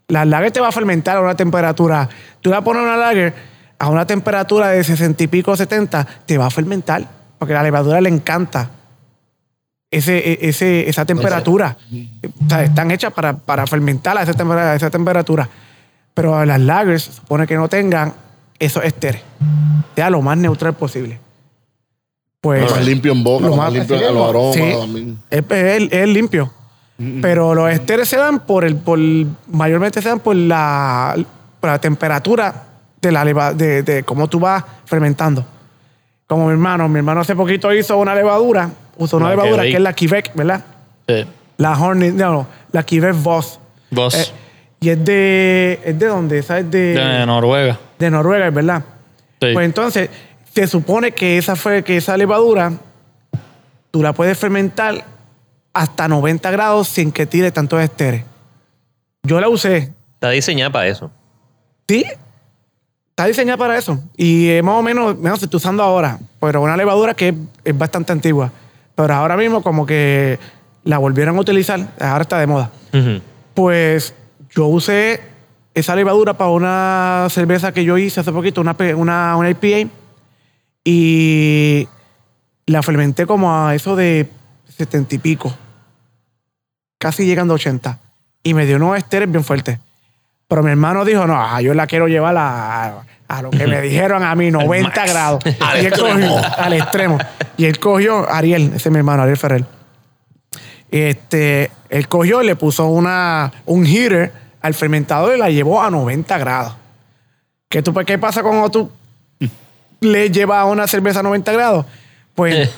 La lager te va a fermentar a una temperatura. Tú la pones una lager a una temperatura de 60 y pico, 70, te va a fermentar, porque la levadura le encanta ese, e- ese, esa temperatura. O sea, están hechas para, para fermentar a esa, tempera- a esa temperatura. Pero las lagers se supone que no tengan esos esteres. Sea lo más neutral posible. Pues, Lo más limpio en boca, lo más limpio en los aromas Sí, también. es, es- es limpio. Pero los esteres se dan por el, por mayormente se dan por la, por la temperatura de la leva- de, de cómo tú vas fermentando. Como mi hermano, mi hermano hace poquito hizo una levadura, usó una Ah, qué levadura que rico. es la Quebec, ¿verdad? Sí. La Hornet, no, no, la Quebec Voss. Vos. Eh, y es de, es de dónde, esa es de, de Noruega. de Noruega, ¿verdad? Sí. Eh, Pues entonces, se supone que esa fue que esa levadura tú la puedes fermentar hasta 90 grados sin que tire tantos esteres. Yo la usé, Está diseñada para eso. sí, está diseñada para eso. Y eh, más o menos, menos se está usando ahora, pero una levadura que es, es bastante antigua. Pero ahora mismo como que la volvieron a utilizar, ahora está de moda. Ujú. Pues yo usé esa levadura para una cerveza que yo hice hace poquito, una, pe- una, una IPA, y la fermenté como a eso de 70 y pico, casi llegando a 80, y me dio unos esteres bien fuertes. Pero mi hermano dijo, no, ah, yo la quiero llevar a, a lo que me dijeron a mí, 90 grados. Al, extremo. al extremo. Y él cogió, Ariel, ese es mi hermano, Ariel Ferrer este, él cogió y le puso una, un heater al fermentador y la llevó a 90 grados. ¿Qué, tú, pues, ¿Qué pasa cuando tú le llevas una cerveza a 90 grados? Pues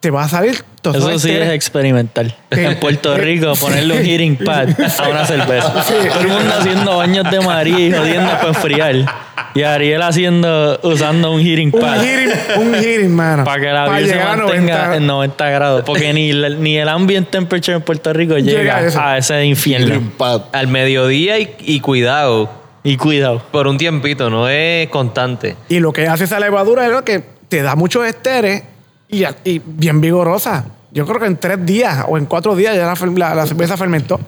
te va a salir todo Eso sí es experimental. Sí. En Puerto eh, Rico, ponerle un heating pad a una cerveza. Todo el mundo haciendo baños de María y jodiendo para enfriar. Y Ariel haciendo, usando un heating un pad. heating, un heating, mano. Para que la Pa' vida se llegar a mantenga 90. en 90 grados. Porque ni, la- ni el ambient temperature en Puerto Rico llega, Llega a eso. a ese infierno. Limpad. Al mediodía y, y cuidado. Y cuidado. Por un tiempito, no es constante. Y lo que hace esa levadura es lo que te da muchos esteres y, y bien vigorosa. Yo creo que en tres días o en cuatro días ya la, fer- la- la cerveza fermentó.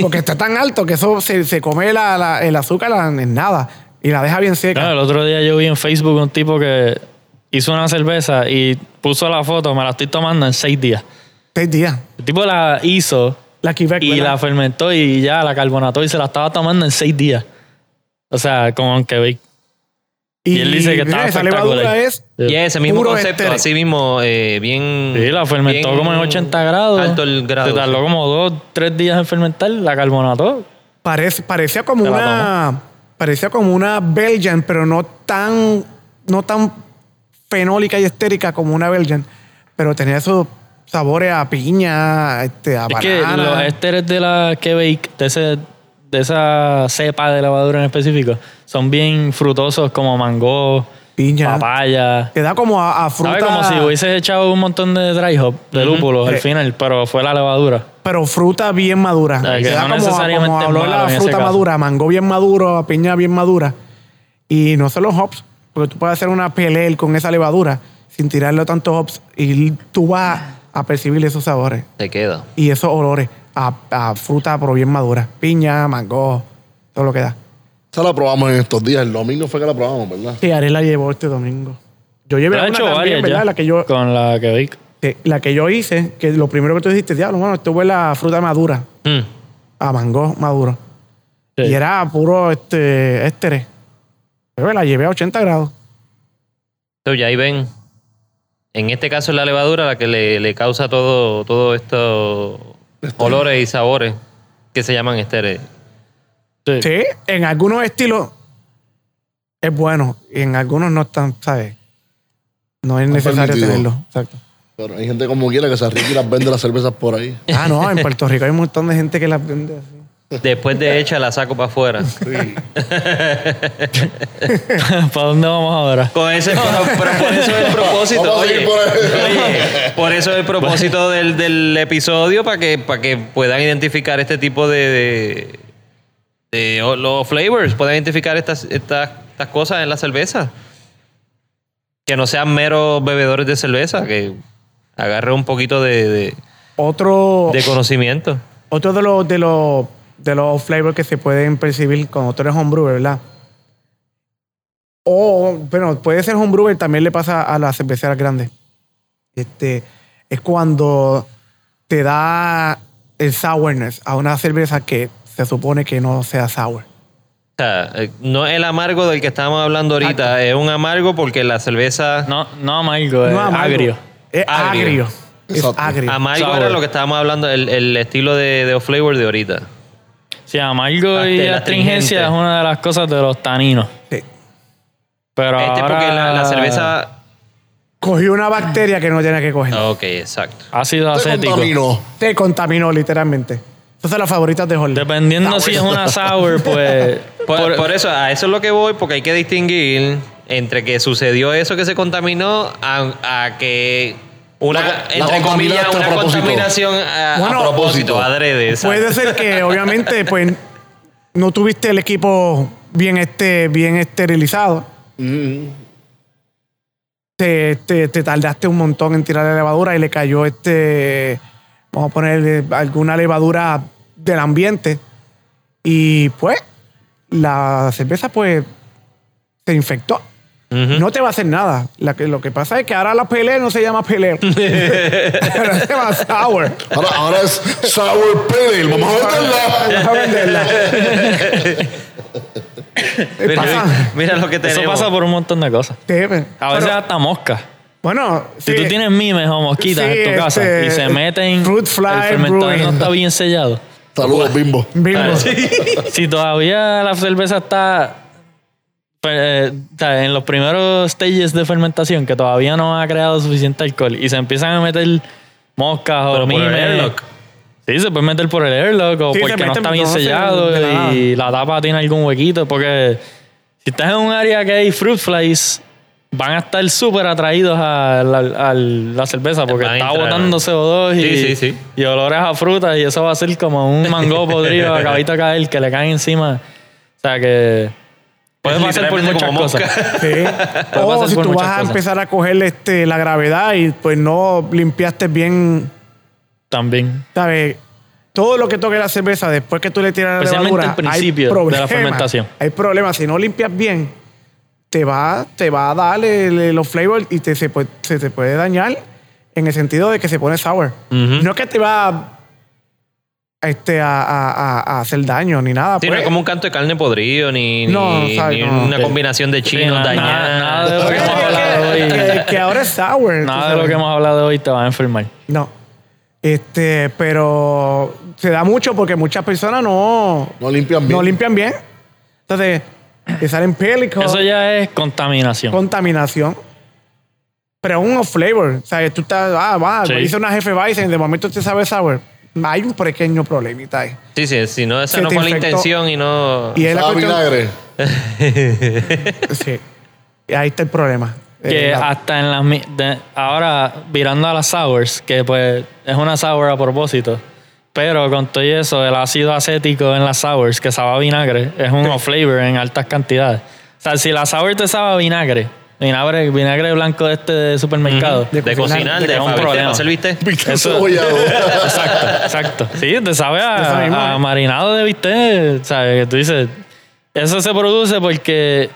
Porque está tan alto que eso se, se come la- la- el azúcar en nada y la deja bien seca. Claro, el otro día yo vi en Facebook un tipo que hizo una cerveza y puso la foto, me la estoy tomando en seis días. Seis días. El tipo la hizo La Quebec, y la ¿verdad? fermentó y ya la carbonató y se la estaba tomando en seis días. O sea, con Quebec. y él dice que estaba mira, esa levadura espectacular. es Y ese mismo Puro concepto, estéreo. así mismo, eh, bien. Sí, la fermentó bien como en 80 grados. Alto el grado. Se tardó sí. como dos, tres días en fermentar, la carbonató. Parece, parecía como Te la una. Parecía como una Belgian, pero no tan. No tan fenólica y estérica como una Belgian. Pero tenía esos sabores a piña, este, a Es que banana. los ésteres de la Quebec, de, ese, de esa cepa de levadura en específico, son bien frutosos como mango, piña. papaya. Te da como a, a fruta. Eh. ¿Sabes? Como si hubieses echado un montón de dry hop, de lúpulos al Sí. final, pero fue la levadura. pero fruta bien madura. sea, que Te da no como, necesariamente como es olor a malo en ese fruta caso. madura, a mango bien maduro, a piña bien madura. Y no solo hops, porque tú puedes hacer una pelea con esa levadura sin tirarle tantos hops y tú vas a percibir esos sabores Te queda. y esos olores a, a fruta pero bien madura. Piña, mango, todo lo que da. Esa la probamos en estos días. El domingo fue que la probamos, ¿verdad? Sí, Ariel la llevó este domingo. Yo Yo llevé he una hecho varias también, ¿verdad? ya La que yo, con la Quebec. sí, la que yo hice, que lo primero que tú dijiste, diablo, bueno, esto huele a fruta madura, Mm. a mango maduro. Sí. Y era puro este ésteres. Pero me la llevé a 80 grados. So, ya ahí ven. En este caso es la levadura la que le, le causa todo, todo estos olores y sabores que se llaman estéreos. Sí. Sí, en algunos estilos es bueno y en algunos no están, ¿sabes? No es necesario permitido. tenerlo. Exacto. Pero hay gente como quiera que se arriesga y las vende las cervezas por ahí. Ah, no, en Puerto Rico hay un montón de gente que las vende así. Después de hecha la saco para afuera. Este ¿Para dónde vamos ahora? Con ese, pero por eso es el propósito. Vamos a seguir Oye, por ahí. oye, por eso es el propósito del, del episodio, para que, para que puedan identificar este tipo de, de, de- o- los flavors, puedan identificar estas, estas, estas cosas en la cerveza. Que no sean meros bebedores de cerveza, que agarre un poquito de, de- Oh. Otro, de conocimiento. otro de los de los de los flavors que se pueden percibir cuando tú eres homebrewer, ¿verdad? O, bueno, puede ser homebrewer, también le pasa a las cerveceras grandes. Este, es cuando te da el sourness a una cerveza que se supone que no sea sour. O sea, eh, no es el amargo del que estábamos hablando ahorita, es un amargo porque la cerveza... No, no amargo, es No amargo, Pues agrio. Es Agrio. agrio. Es Exacto. agrio. Amargo Sour. era lo que estábamos hablando, el, el estilo de, de flavor de ahorita. Este, Sí, amargo y Pastel, astringente. astringencia es una de las cosas de los taninos. Sí. Pero Este porque la, la ahora- cerveza... Cogí una bacteria que no tiene que coger. Ok, exacto. Ácido Se acético. contaminó. Te contaminó literalmente. Entonces las favoritas de Jorge. Dependiendo si es una sour, pues. Por, por- por eso, a eso es lo que voy, porque hay que distinguir entre que sucedió eso que se contaminó a, a que una, La- la entre comillas, contaminaste a una propósito. contaminación a, a Bueno, propósito, adrede. exacto. Puede ser que obviamente pues no tuviste el equipo bien este bien esterilizado. Te, te- te tardaste un montón en tirar la levadura y le cayó este vamos a poner alguna levadura del ambiente y pues la cerveza pues se infectó. No te va a hacer nada. La que- lo que pasa es que ahora la pelea no se llama pelea. ahora se llama sour. Ahora, ahora es Sour Pale Ale. Vamos a venderla. Vamos a venderla. Eh, Mira, pasa. mira lo que eso tenemos. pasa por un montón de cosas. Sí, pero- A veces hasta moscas. bueno, Si tú tienes mimes o mosquitas Sí, en tu casa este, y se meten. fruit fly el fermentador brewing. no está bien sellado. Saludos, bimbo. Ah, Bingo. si todavía la cerveza está. eh, o sea, en los primeros stages de fermentación, que todavía no ha creado suficiente alcohol, y se empiezan a meter moscas o Pero por el mimes. airlock. Sí, se puede meter por el airlock o Sí, se porque no meten- está bien no se- sellado de la- y la tapa tiene algún huequito. Porque si estás en un área que hay fruit flies, van a estar súper atraídos a la, a la cerveza porque Van a está entrar. botando CO2 y, Sí, sí, sí. y olores a fruta y eso va a ser como un mango podrido acabito de caer que le caen encima. O sea que puede Es pasar por literalmente muchas como mosca. cosas. Sí. O pasar si por tú muchas vas a cosas. empezar a coger este, la gravedad y pues no limpiaste bien, También. ¿sabes? Todo lo que toque la cerveza después que tú le tiras la Especialmente levadura, al hay principio de la problemas. fermentación. Hay problemas. Si no limpias bien, te va, te va a dar el- el- los flavors y te, se, puede, se te puede dañar en el sentido de que se pone sour. No es que te va a, este, a, a- a- a hacer daño ni nada. Sí, no pues. es como un canto de carne podrido, ni, ni- No, o sea, ni no. una combinación de chinos nada- dañados. nada de lo Pues, que hemos hablado que, hoy. que- que ahora es sour. tú Nada de sabes. lo que hemos hablado hoy te va a enfermar. No. Este, pero se da mucho porque muchas personas no, No limpian bien. no limpian bien. Entonces, te salen películas. Eso ya es contaminación. contaminación. Pero es un off flavor. O sea, tú estás, ah, va, Sí. hice una jefe Bison, de momento te sabe sour. Hay un pequeño problemita ahí. Sí, sí, sí, no, esa Se no te fue la infectó. intención y no. Y es la Ah, Sabe a cuestión- vinagre. Sí. Y ahí está el problema. Que ah, Eh, la- hasta en las. mi- de- ahora, virando a las sours, que pues es una sour a propósito. Pero con todo y eso, el ácido acético en las sours, que sabe a vinagre, es un off-flavor en altas cantidades. O sea, si la sour te sabe a vinagre, vinagre, vinagre blanco de este de supermercado. de, cocinar, de, es un fabricar, problema. hacer bistec. Pica Eso- cebollado. Exacto, exacto. Sí, te sabe Eso mismo, a, a ¿eh? marinado de bistec. ¿Sabes? Que tú dices. Eso se produce porque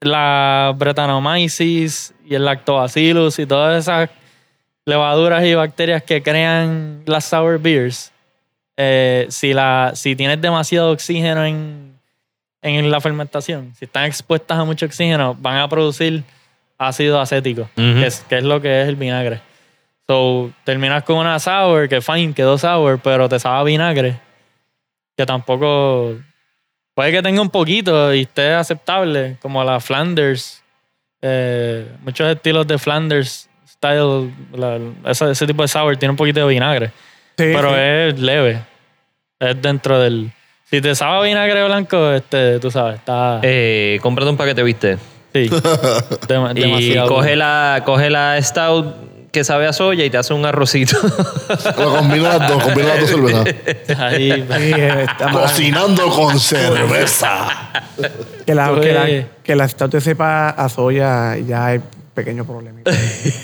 la bretanomyces y el lactobacillus y todas esas levaduras y bacterias que crean las sour beers, eh, si, la, si tienes demasiado oxígeno en, en la fermentación, si están expuestas a mucho oxígeno, van a producir ácido acético, que, es, que es lo que es el vinagre. So, terminas con una sour, que fine, quedó sour, pero te sabe a vinagre. Que tampoco. Puede que tenga un poquito y esté aceptable, como la Flanders. Eh, muchos estilos de Flanders style, la- esa- ese tipo de sour tiene un poquito de vinagre, Sí, pero sí. es leve. Es dentro del. Si te sabe a vinagre blanco, este, tú sabes, está. Eh, cómprate un paquete de bistec. sí. Dem- Y demasiado. coge la, coge la stout que sabe a soya y te hace un arrocito. Lo combina las dos, combina las dos cervezas. Ahí, Sí, eh, está mal. Cocinando con cerveza. Que la, Tú que ves. la, que la estatua sepa a soya ya hay pequeño problemita.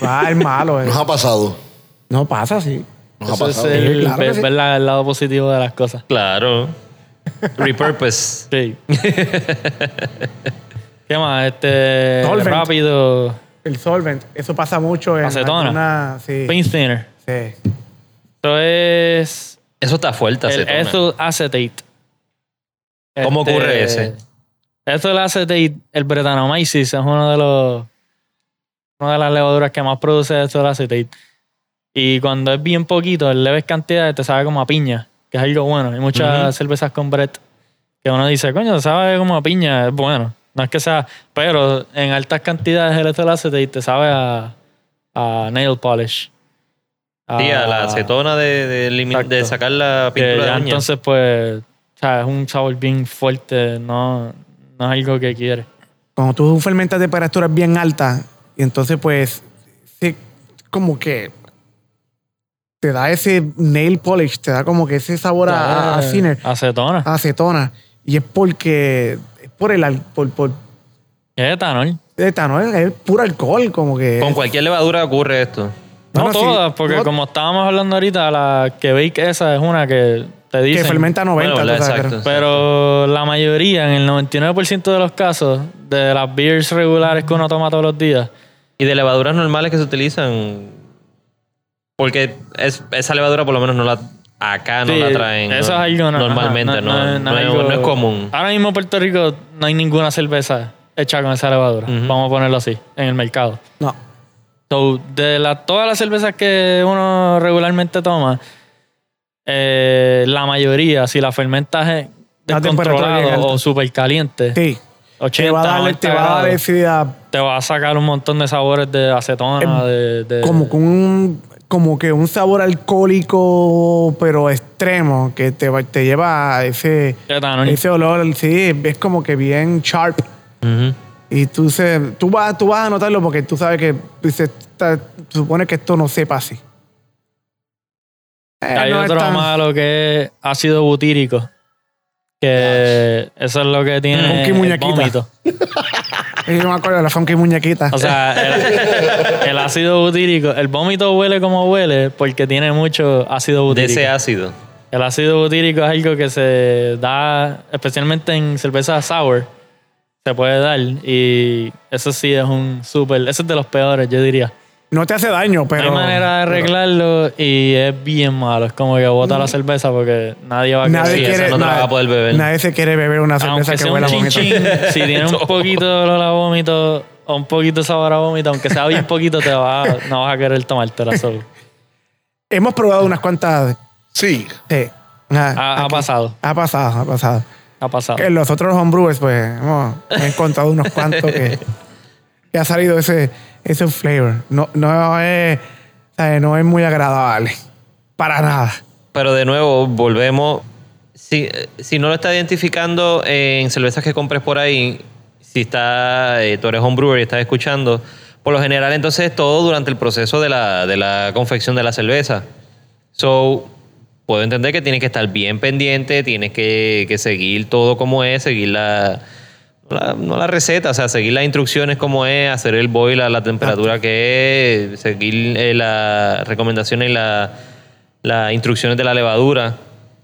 Va, es malo. eh. Nos ha pasado. No pasa, sí. Nos ha eso es pasado. el, Sí, claro que ver- sí. ver eh, la- el lado positivo de las cosas. claro. Repurpose. Sí. ¿Qué más? Este. Solvent. Rápido. El solvent, eso pasa mucho en Acetona. alguna- sí, Pues Pain thinner. sí. Eso es. Eso está fuerte. El acetona. ethyl acetate. ¿Cómo Este, ocurre ese? Ethyl acetate, el bretanomyces, es uno de los. Una de las levaduras que más produce ethyl acetate. Y cuando es bien poquito, en leves cantidades, te sabe como a piña, que es algo bueno. Hay muchas cervezas con Brett que uno dice, coño, sabe como a piña, es bueno. No es que sea, pero en altas cantidades el ethyl acetate te sabe a, a nail polish. Sí, a la acetona de, de, elimi- Ah. Exacto. de sacar la Que pintura de Eh, ya uñas. entonces, pues, o sea, es un sabor bien fuerte, no, no es algo que quiere. cuando tú fermentas temperaturas bien altas, y entonces pues sí, como que te da ese nail polish, te da como que ese sabor a, a, a ciner, eh, Acetona. Ah. a acetona. Y es porque, es por el al- por, por Es etanol. etanol, es puro alcohol, como que. Con cualquier levadura ocurre esto. No, No, no, sí. todas, porque No- como estábamos hablando ahorita, la que bake esa es una que te que dicen. fermenta 90, Bueno, la- tú sabes, exacto. Pero la mayoría, en el 99% de los casos, de las beers regulares que uno toma todos los días, Y de levaduras normales que se utilizan. Porque es, esa levadura por lo menos no la acá no Sí, la traen. Eso ¿no? es algo no- normalmente, ajá, no, no, es es- algo- no es común. Ahora mismo en Puerto Rico no hay ninguna cerveza hecha con esa levadura. Vamos a ponerlo así, en el mercado. pero- No. So, de la- todas las cervezas que uno regularmente toma, eh, la mayoría, si la fermentas es La temperatura bien descontrolado alta. o súper caliente, Sí. Te 80, va a dar, 90 te va a dar grados, esa- te va a sacar un montón de sabores de acetona, de, de- como que un como que un sabor alcohólico pero extremo que te, va- te lleva a ese etanol. ese olor sí es como que bien sharp y tú se tú vas tú vas a notarlo porque tú sabes que se está- supone que esto no sepa así Eh, Hay no es otro tan- malo que es ácido butírico. Que eso es lo que tiene Funky el muñequita. vómito. yo me acuerdo de la funky muñequita O sea, el, el ácido butírico. El vómito huele como huele porque tiene mucho ácido De butírico. ese ácido. El ácido butírico es algo que se da especialmente en cerveza sour. se puede dar. Y eso sí es un súper. Ese es de los peores, yo diría. No te hace daño, pero. no hay manera de arreglarlo y es bien malo. Es como que bota la cerveza porque nadie va a Mm. Nadie Sí, creer. esa quiere, no te la nadie- va a poder beber. nadie se quiere beber una cerveza Aunque que sea un huela a chin, vomito. chin, si tiene un poquito de olor a vómito o un poquito de sabor a vómito, aunque sea bien poquito, te va, no vas a querer tomártela solo. Hemos probado unas cuantas. Sí. sí. Ah, Ha, ha aquí. pasado, Ha pasado, ha pasado. ha pasado. Que los otros homebrewers, pues, hemos he encontrado unos cuantos que, que ha salido ese, ese flavor. No, no es, ¿sabes? no es muy agradable. Para nada. Pero de nuevo, volvemos. Si, si no lo está identificando en cervezas que compres por ahí, si está, eh, tú eres homebrewer y estás escuchando, por lo general entonces todo durante el proceso de la, de la confección de la cerveza. So, puedo entender que tienes que estar bien pendiente, tienes que, que seguir todo como es, seguir la, la- no la receta, o sea, seguir las instrucciones como es, hacer el boil a la temperatura que es, seguir eh, las recomendaciones y la- las instrucciones de la levadura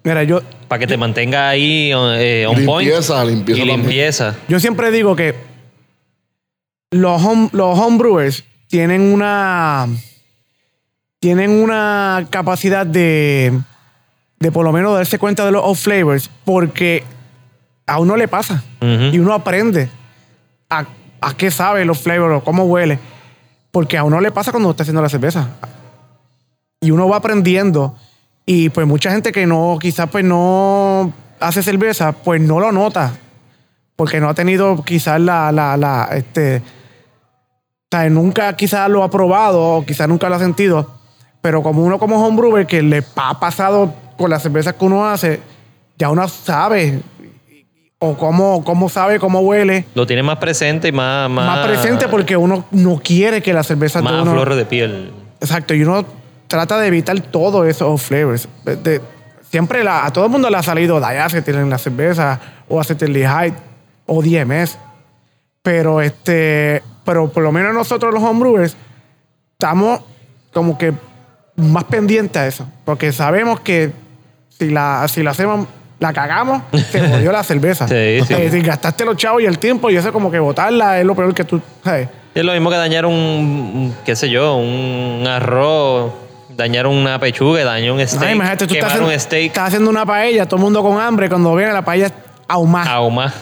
Mira, yo, para que te mantenga ahí eh, on point. Limpieza, limpieza Y también. limpieza. yo siempre digo que los, home, los homebrewers tienen una. Tienen una capacidad de. De por lo menos darse cuenta de los off flavors. Porque a uno le pasa. Ujú. y uno aprende a, a qué sabe los flavors, cómo huele. Porque a uno le pasa cuando está haciendo la cerveza. Y uno va aprendiendo. Y pues mucha gente que no, quizás pues no hace cerveza, pues no lo nota. Porque no ha tenido quizás la, la, la, este... O sea, nunca quizás lo ha probado o quizás nunca lo ha sentido. Pero como uno como homebrewer que le ha pasado con las cervezas que uno hace, ya uno sabe o cómo, cómo sabe, cómo huele. Lo tienes más presente y más... Más, Más presente porque uno no quiere que la cerveza Más de a uno- flor de piel. Exacto, y uno trata de evitar todos esos flavors. De- de- siempre la- a todo el mundo le ha salido diacetyl en la cerveza, o acetildehyde, o DMS. Pero este, pero por lo menos nosotros los homebrewers estamos como que más pendientes a eso. Porque sabemos que si la, si la hacemos, la cagamos, se jodió la cerveza. Sí, sí. Es decir, gastaste los chavos y el tiempo, y eso como que botarla es lo peor que tú. ¿sabes? Es lo mismo que dañar un, un, qué sé yo, un arroz, dañar una pechuga, dañar un steak, Ay, imagínate, tú quemar estás haciendo, un steak, estás haciendo una paella, todo el mundo con hambre, cuando viene la paella ahumada. ahumar,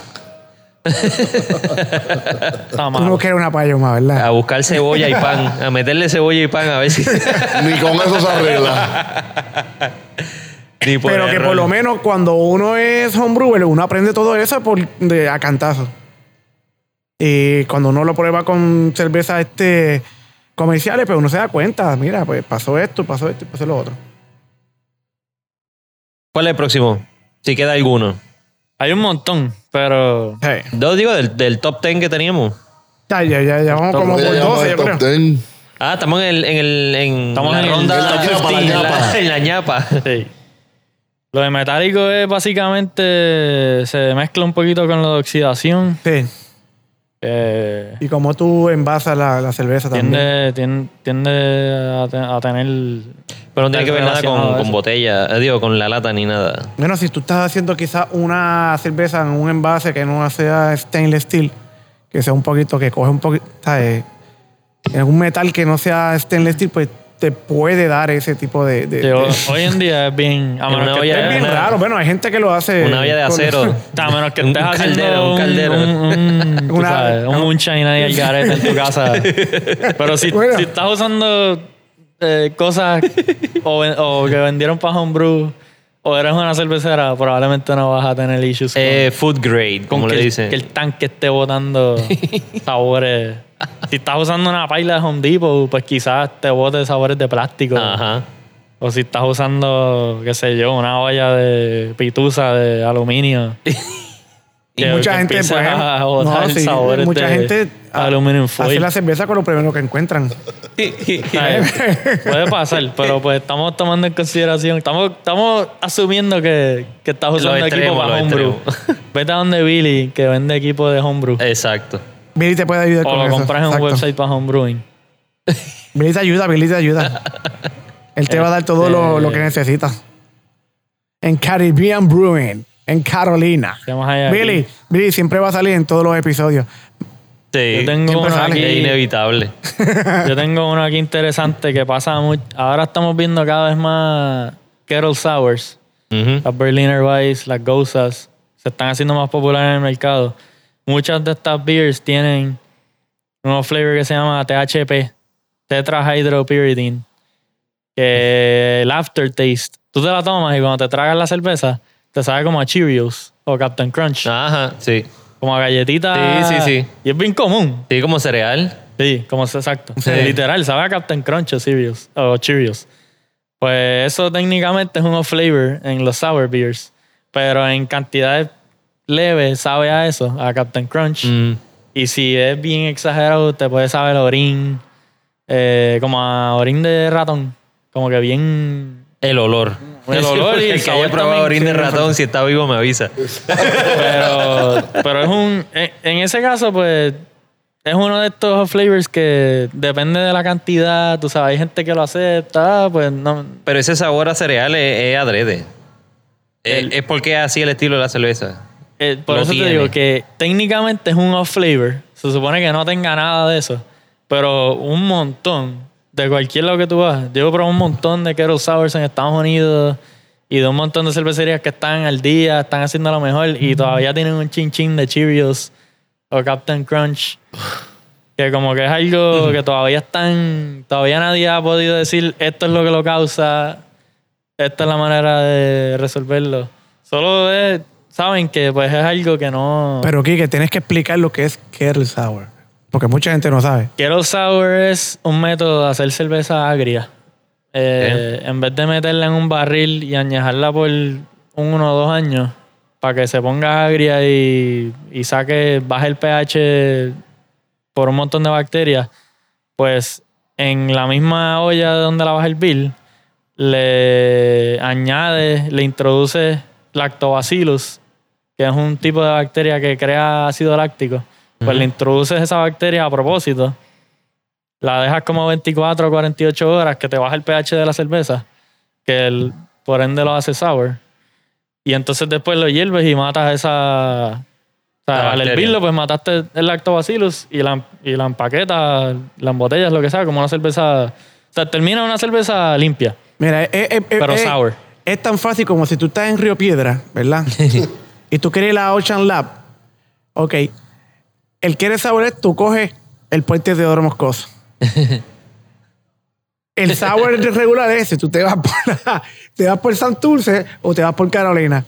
Está Tú no malo. quieres una paella ahumada, ¿verdad? a buscar cebolla y pan, a meterle cebolla y pan a ver si... Ni con eso se arregla. Ni por Pero que error. por lo menos cuando uno es homebrewer, uno aprende todo eso por, de, a cantazo. Y cuando uno lo prueba con cervezas este, comerciales, pues uno se da cuenta, mira, pues pasó esto, pasó esto y pasó lo otro. ¿Cuál es el próximo? Si queda alguno. Hay un montón, pero Sí. Yo digo del, del top 10 que teníamos. Ya, ya, ya, ya vamos como Ya por llamamos 12, el yo creo. top 10. Ah, estamos en, el, en, el, en Estamos la en el- ronda... en la ñapa, la en, la, ñapa. en la ñapa. sí. Lo de metálico es básicamente se mezcla un poquito con lo de oxidación. Sí. Eh, Y como tú envasas la, la cerveza también. tiende, tiende, tiende a, te- a tener. Pero no tiene que ver nada relacionado con, a con eso. botella, eh, digo, con la lata ni nada. Bueno, si tú estás haciendo quizás una cerveza en un envase que no sea stainless steel, que sea un poquito, que coge un poquito, ¿sabes? En un metal que no sea stainless steel, pues te puede dar ese tipo de... de- Digo, de- hoy en día es bien. A En menos una que olla es estés- bien una- raro. Bueno, hay gente que lo hace... Una olla de con- acero. A menos que Un- estés un haciendo caldero, un caldero. Un, un, tú Una- sabes, un moonshine ahí al garete en tu casa. Pero si, Bueno. si estás usando eh, cosas o, ven- o que vendieron para homebrew o eres una cervecera, probablemente no vas a tener issues con, Eh, food grade, con como que, le el- dicen. que el tanque esté botando sabores. Si estás usando una paila de Home Depot, pues quizás te bote sabores de plástico. Ajá. O si estás usando, qué sé yo, una olla de pitusa de aluminio. Y Que- mucha que gente, pues, empieza a botar no, sí, sabores mucha de gente ah, aluminio en hace foil. la cerveza con lo primero que encuentran. ¿Sabes? Puede pasar, pero pues estamos tomando en consideración, estamos, estamos asumiendo que, que estás usando extremos, equipo para los homebrew. Vete a donde Billy, que vende equipo de homebrew. Exacto. Billy te puede ayudar o Eh, con lo eso. compras en Exacto. un website para homebrewing. Billy te ayuda, Billy te ayuda. Él te va a dar todo lo, lo que necesitas. En Caribbean Brewing. en Carolina. Vamos allá, Billy, aquí. Billy siempre va a salir en todos los episodios. Sí, Yo tengo siempre una sale. aquí. Es inevitable. Yo tengo uno aquí interesante que pasa mucho. Ahora estamos viendo cada vez más kettle sours. Ujú. Las Berliner Weiss, las Gozas, se están haciendo más populares en el mercado. Muchas de estas beers tienen un flavor que se llama THP, Tetrahydropyridine, que el aftertaste. Tú te la tomas y cuando te tragas la cerveza, te sabe como a Cheerios o Captain Crunch, Ajá, sí. como a galletitas. Ah. Sí, sí, sí. Y es bien común. Sí, como cereal. Sí, como es exacto. Literal, sabe a Captain Crunch o Cheerios. O Cheerios. Pues eso técnicamente es un off-flavor en los sour beers. Pero en cantidades leves sabe a eso, a Captain Crunch. Mm. Y si es bien exagerado, te puede saber a orín. eh, como a orín de ratón. Como que bien... El olor. El olor y el que sabor haya probado también, orín sí, de me ratón, si está vivo me avisa. Pero, pero es un... En, en ese caso, pues... Es uno de estos flavors que depende de la cantidad, tú sabes, hay gente que lo acepta, ah, pues no, Pero ese sabor a cereal es, es adrede. Es- es porque es así el estilo de la cerveza. Eh, por Lo eso tiene. te digo que técnicamente es un off flavor. Se supone que no tenga nada de eso. Pero un montón de cualquier lado que tú vas. Yo probé un montón de kettle sours en Estados Unidos y de un montón de cervecerías que están al día, están haciendo lo mejor y todavía tienen un chin chin de Cheerios o Captain Crunch. Que como que es algo que todavía están. Todavía nadie ha podido decir esto es lo que lo causa esta es la manera de resolverlo. Solo es, saben que pues es algo que no... Pero Kike, tienes que explicar lo que es Kettle Sour. Porque mucha gente no sabe. Kettle Sour es un método de hacer cerveza agria. Eh, En vez de meterla en un barril y añejarla por un- uno o dos años para que se ponga agria y, y saque, baje el pH por un montón de bacterias, pues en la misma olla donde la vas a hervir, le añade, le introduce lactobacillus, que es un tipo de bacteria que crea ácido láctico. Pues le introduces esa bacteria a propósito, la dejas como 24 o 48 horas, que te baja el pH de la cerveza, que el- por ende lo hace sour. Y entonces después lo hierves y matas esa... O sea, La al bacteria. hervirlo, pues mataste el lactobacillus y la, y la empaquetas, la embotellas, lo que sea, como una cerveza... O sea, termina una cerveza limpia. Mira, eh, es, es- es- Pero es- sour. es tan fácil como si tú estás en Río Piedra, ¿verdad? y tú quieres ir a Ocean Lab. Ok. El quieres sour es tú coges el puente de Oro Moscoso. El sour regular es ese. Tú te vas por, la- te vas por Santurce o te vas por Carolina.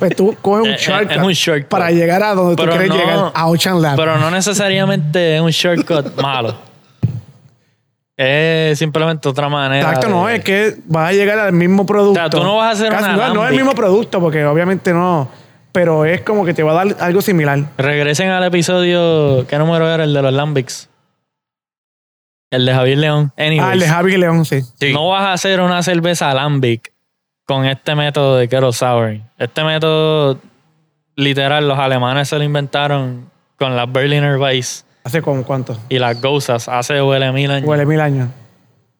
Pues tú coges un Es- es- shortcut, es un shortcut. para llegar a donde tú Pero quieres no- llegar, a Ocean Lab. Pero no necesariamente es un shortcut malo. Es simplemente otra manera. Exacto, no, de- es que vas a llegar al mismo producto. O sea, tú no vas a hacer Casi una igual, No es el alambic. mismo producto, porque obviamente no. Pero es como que te va a dar algo similar. Regresen al episodio. ¿Qué número era? El de los Lambics. El de Javier León. Anyways, Ah, el de Javi León, sí. Sí. No vas a hacer una cerveza Lambic con este método de Kettle Souring. Este método, literal, los alemanes se lo inventaron con las Berliner Weiss Hace como cuánto. y las Gozas hace huele mil años. Huele mil años.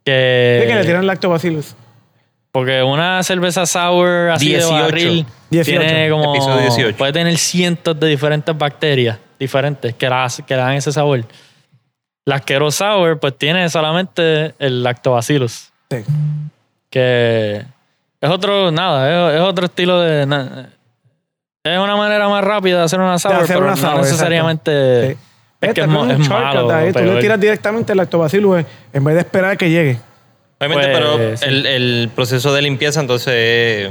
que- Es Eh, que le tiran lactobacillus. Porque una cerveza sour así 18. de barril 18. tiene como Episodio 18. puede tener cientos de diferentes bacterias diferentes que, las, que le dan ese sabor. La Kero Sour pues tiene solamente el lactobacillus Sí. que es otro nada, es, es otro estilo de na- es una manera más rápida de hacer una sour, hacer pero una no sour, necesariamente exacto. Sí. es Este, que es, mo- un es shortcut malo. o ahí, Tú le peor. tiras directamente el lactobacillus eh, en vez de esperar que llegue. Obviamente, Pues, pero sí. el, el proceso de limpieza entonces es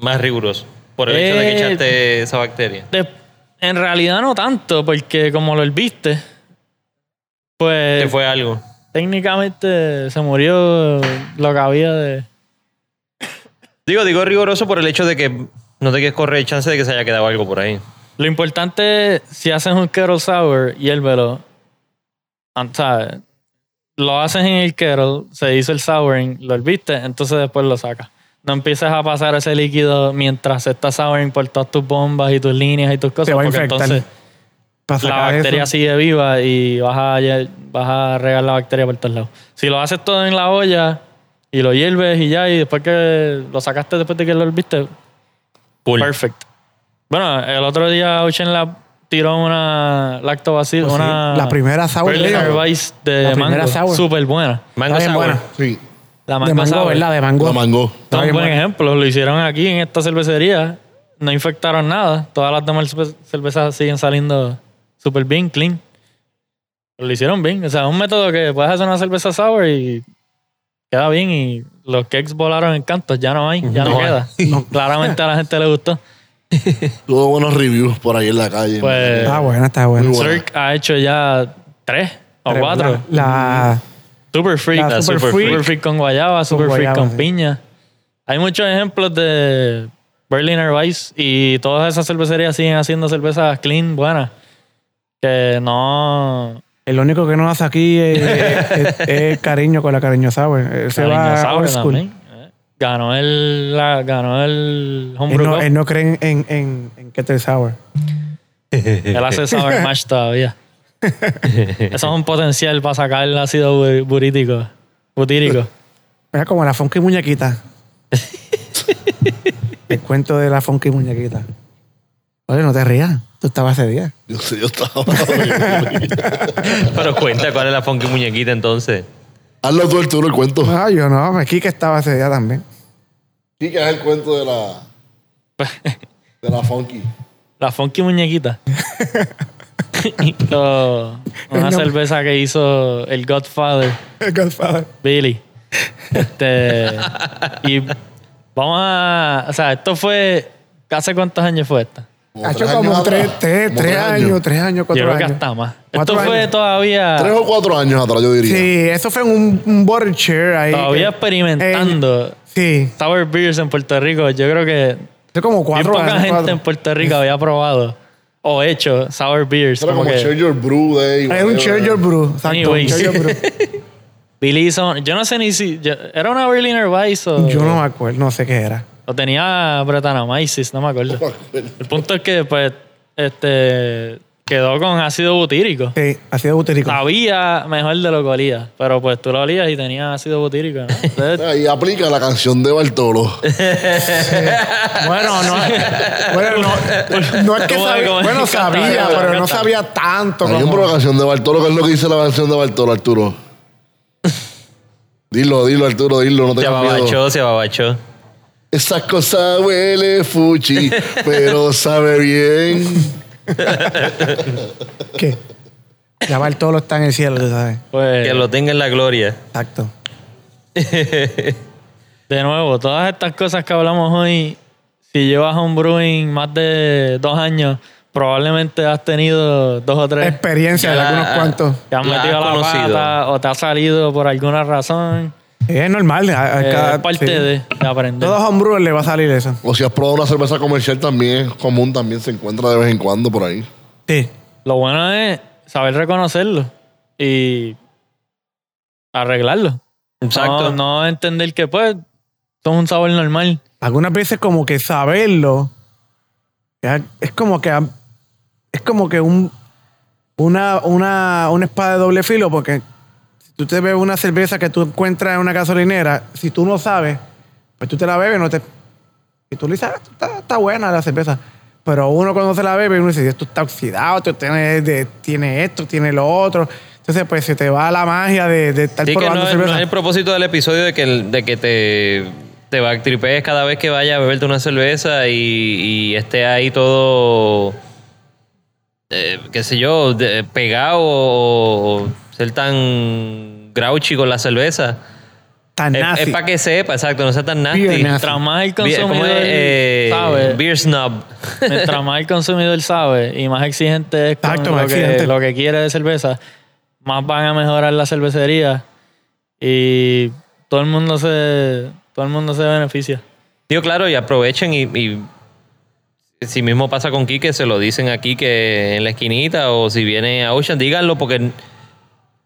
más riguroso por el hecho de que Eh, echaste esa bacteria. De- en realidad no tanto, porque como lo herviste, pues Que fue algo. técnicamente se murió lo que había de... Digo, digo riguroso por el hecho de que no te quieres correr el chance de que se haya quedado algo por ahí. Lo importante, si haces un kettle sour, hiérvelo. An- ¿sabes? ah, Lo haces en el kettle, se hizo el souring, lo herviste, entonces después lo sacas. No empieces a pasar ese líquido mientras se está souring por todas tus bombas y tus líneas y tus cosas, Te va a porque infectar. entonces Para la sacar bacteria eso. sigue viva y vas a, lle- vas a regar la bacteria por todos lados. Si lo haces todo en la olla y lo hierves y ya, y después que lo sacaste después de que lo herviste, Cool. perfecto. Bueno, el otro día Ocean Lab tiró una lactobacillus, Pues sí, una... la primera sour Perlin ale. Advice de La primera mango. sour. Súper buena. Mango Está bien sour. buena. Sí, La de mango, mango, sour. ¿verdad? De mango. la mango. Son Está un bien buen buena. ejemplo. Lo hicieron aquí en esta cervecería. No infectaron nada. Todas las demás cerve- cervezas siguen saliendo súper bien, clean. Lo hicieron bien. O sea, es un método que puedes hacer una cerveza sour y queda bien. Y los cakes volaron en cantos. Ya no hay, ya no, queda. Claramente a la gente le gustó. Tuvo buenos reviews por ahí en la calle. Pues Está buena, está buena. Muy buena. Cirque ha hecho ya tres o Pero cuatro. La, Super Freak. La Super Super, Freak. Freak. con guayaba, Super Freak guayaba, con sí. piña. Hay muchos ejemplos de Berliner Weiss y todas esas cervecerías siguen haciendo cervezas clean, buenas. Que no... el único que no hace aquí es, es- es cariño con la cariño sour. Él se Cariño va Sour old school. también, eh. Ganó el, la- ganó el Él Homebrew Eh, no, Cup. él no cree en, en, en Kettle Sour. Él hace Sour Mash todavía. Eso es un potencial para sacar el ácido bu- burítico. Butírico. Era como la Funky Muñequita. el cuento de la Funky Muñequita. Oye, no te rías. Tú estabas ese día. Yo sé, yo estaba. Pero cuenta cuál es la funky muñequita entonces. Hazlo tú, Arturo, el cuento. No, Ah, yo no. Aquí que estaba ese día también. Sí, que es el cuento de la. de la funky. La Funky Muñequita. Lo- una El nombre. cerveza que hizo el Godfather, El Godfather. Billy. Este, y vamos a. O sea, esto fue. ¿Hace cuántos años fue esta? Ha hecho como tres, atrás. tres, Como tres años, tres años, Yo cuatro creo que años. hasta más. Esto Cuatro fue años. todavía. Tres o cuatro años atrás, yo diría. Sí, eso fue en un, un bottle share ahí. Todavía Eh, experimentando. sí, Sour Beers en Puerto Rico. Yo creo que. fue como Bien cuatro poca años. gente cuatro. en Puerto Rico había probado o hecho Sour Beers. Era como como que- Share Your Brew Day. Era un whatever. Share Your Brew. Exacto. Anyways. Share Your Brew. Billy hizo. Yo no sé ni si. yo- era una Berliner Weiss o. Yo no me acuerdo, no sé qué era. O tenía Brettanomyces, no me acuerdo. El punto es que, pues, este. Quedó con ácido butírico. Sí, así de butírico. Sabía mejor de lo que olía, pero pues tú lo olías y tenía ácido butírico. ¿no? Entonces, Y aplica la canción de Bartolo. Bueno, no, bueno, no, no es que ¿Cómo- sabía, cómo- bueno, sabía, canta, pero no canta. sabía tanto. Hay como- una canción de Bartolo, que es lo que dice la canción de Bartolo, Arturo. Dilo, dilo, Arturo, dilo, no Se tengas miedo. ababachó, se ababachó. Esa cosa huele fuchi, pero sabe bien. ¿Qué? Ya Bartolo está en el cielo, tú sabes. pues, Que lo tenga en la gloria. Exacto. de nuevo, todas estas cosas que hablamos hoy, si llevas un brewing más de dos años, probablemente has tenido dos o tres. Experiencia de Ya- algunos cuantos. Te has La metido has la conocido. pata o te ha salido por alguna razón. Es normal. a- a Eh, Pues cada- es parte sí. de, de aprender. Todos homebrewers le va a salir eso. O si has probado una cerveza comercial también, es común también se encuentra de vez en cuando por ahí. Sí. Lo bueno es saber reconocerlo y arreglarlo. Exacto. No, no entender que pues esto es un sabor normal. Algunas veces como que saberlo ya, es como que es como que un una, una, una espada de doble filo porque si tú te bebes una cerveza que tú encuentras en una gasolinera, si tú no sabes, pues tú te la bebes no te y tú le dices, ah, está, está buena la cerveza. Pero uno cuando se la bebe, uno dice, esto está oxidado, esto tiene, de- tiene esto, tiene lo otro. Entonces, pues se te va la magia de, de estar Sí, que probando no, es- cerveza. no es el propósito del episodio de que, el- de que te, te backtripees cada vez que vayas a beberte una cerveza y, y esté ahí todo, eh, qué sé yo, de- pegado o, o ser tan grouchy con la cerveza. Tan Es- Es, nazi. para que sepa, exacto, no sea tan nasty. Bien nasty. Mientras más el Bien, ¿cómo consumidor es? Eh, sabe, beer snob. mientras más el consumidor sabe y más exigente es con Exacto, lo, más que, exigente. lo que quiere de cerveza, más van a mejorar la cervecería y todo el mundo se todo el mundo se beneficia. Digo, claro, y aprovechen y, y si mismo pasa con Quique, se lo dicen aquí que en la esquinita o si viene a Ocean, díganlo porque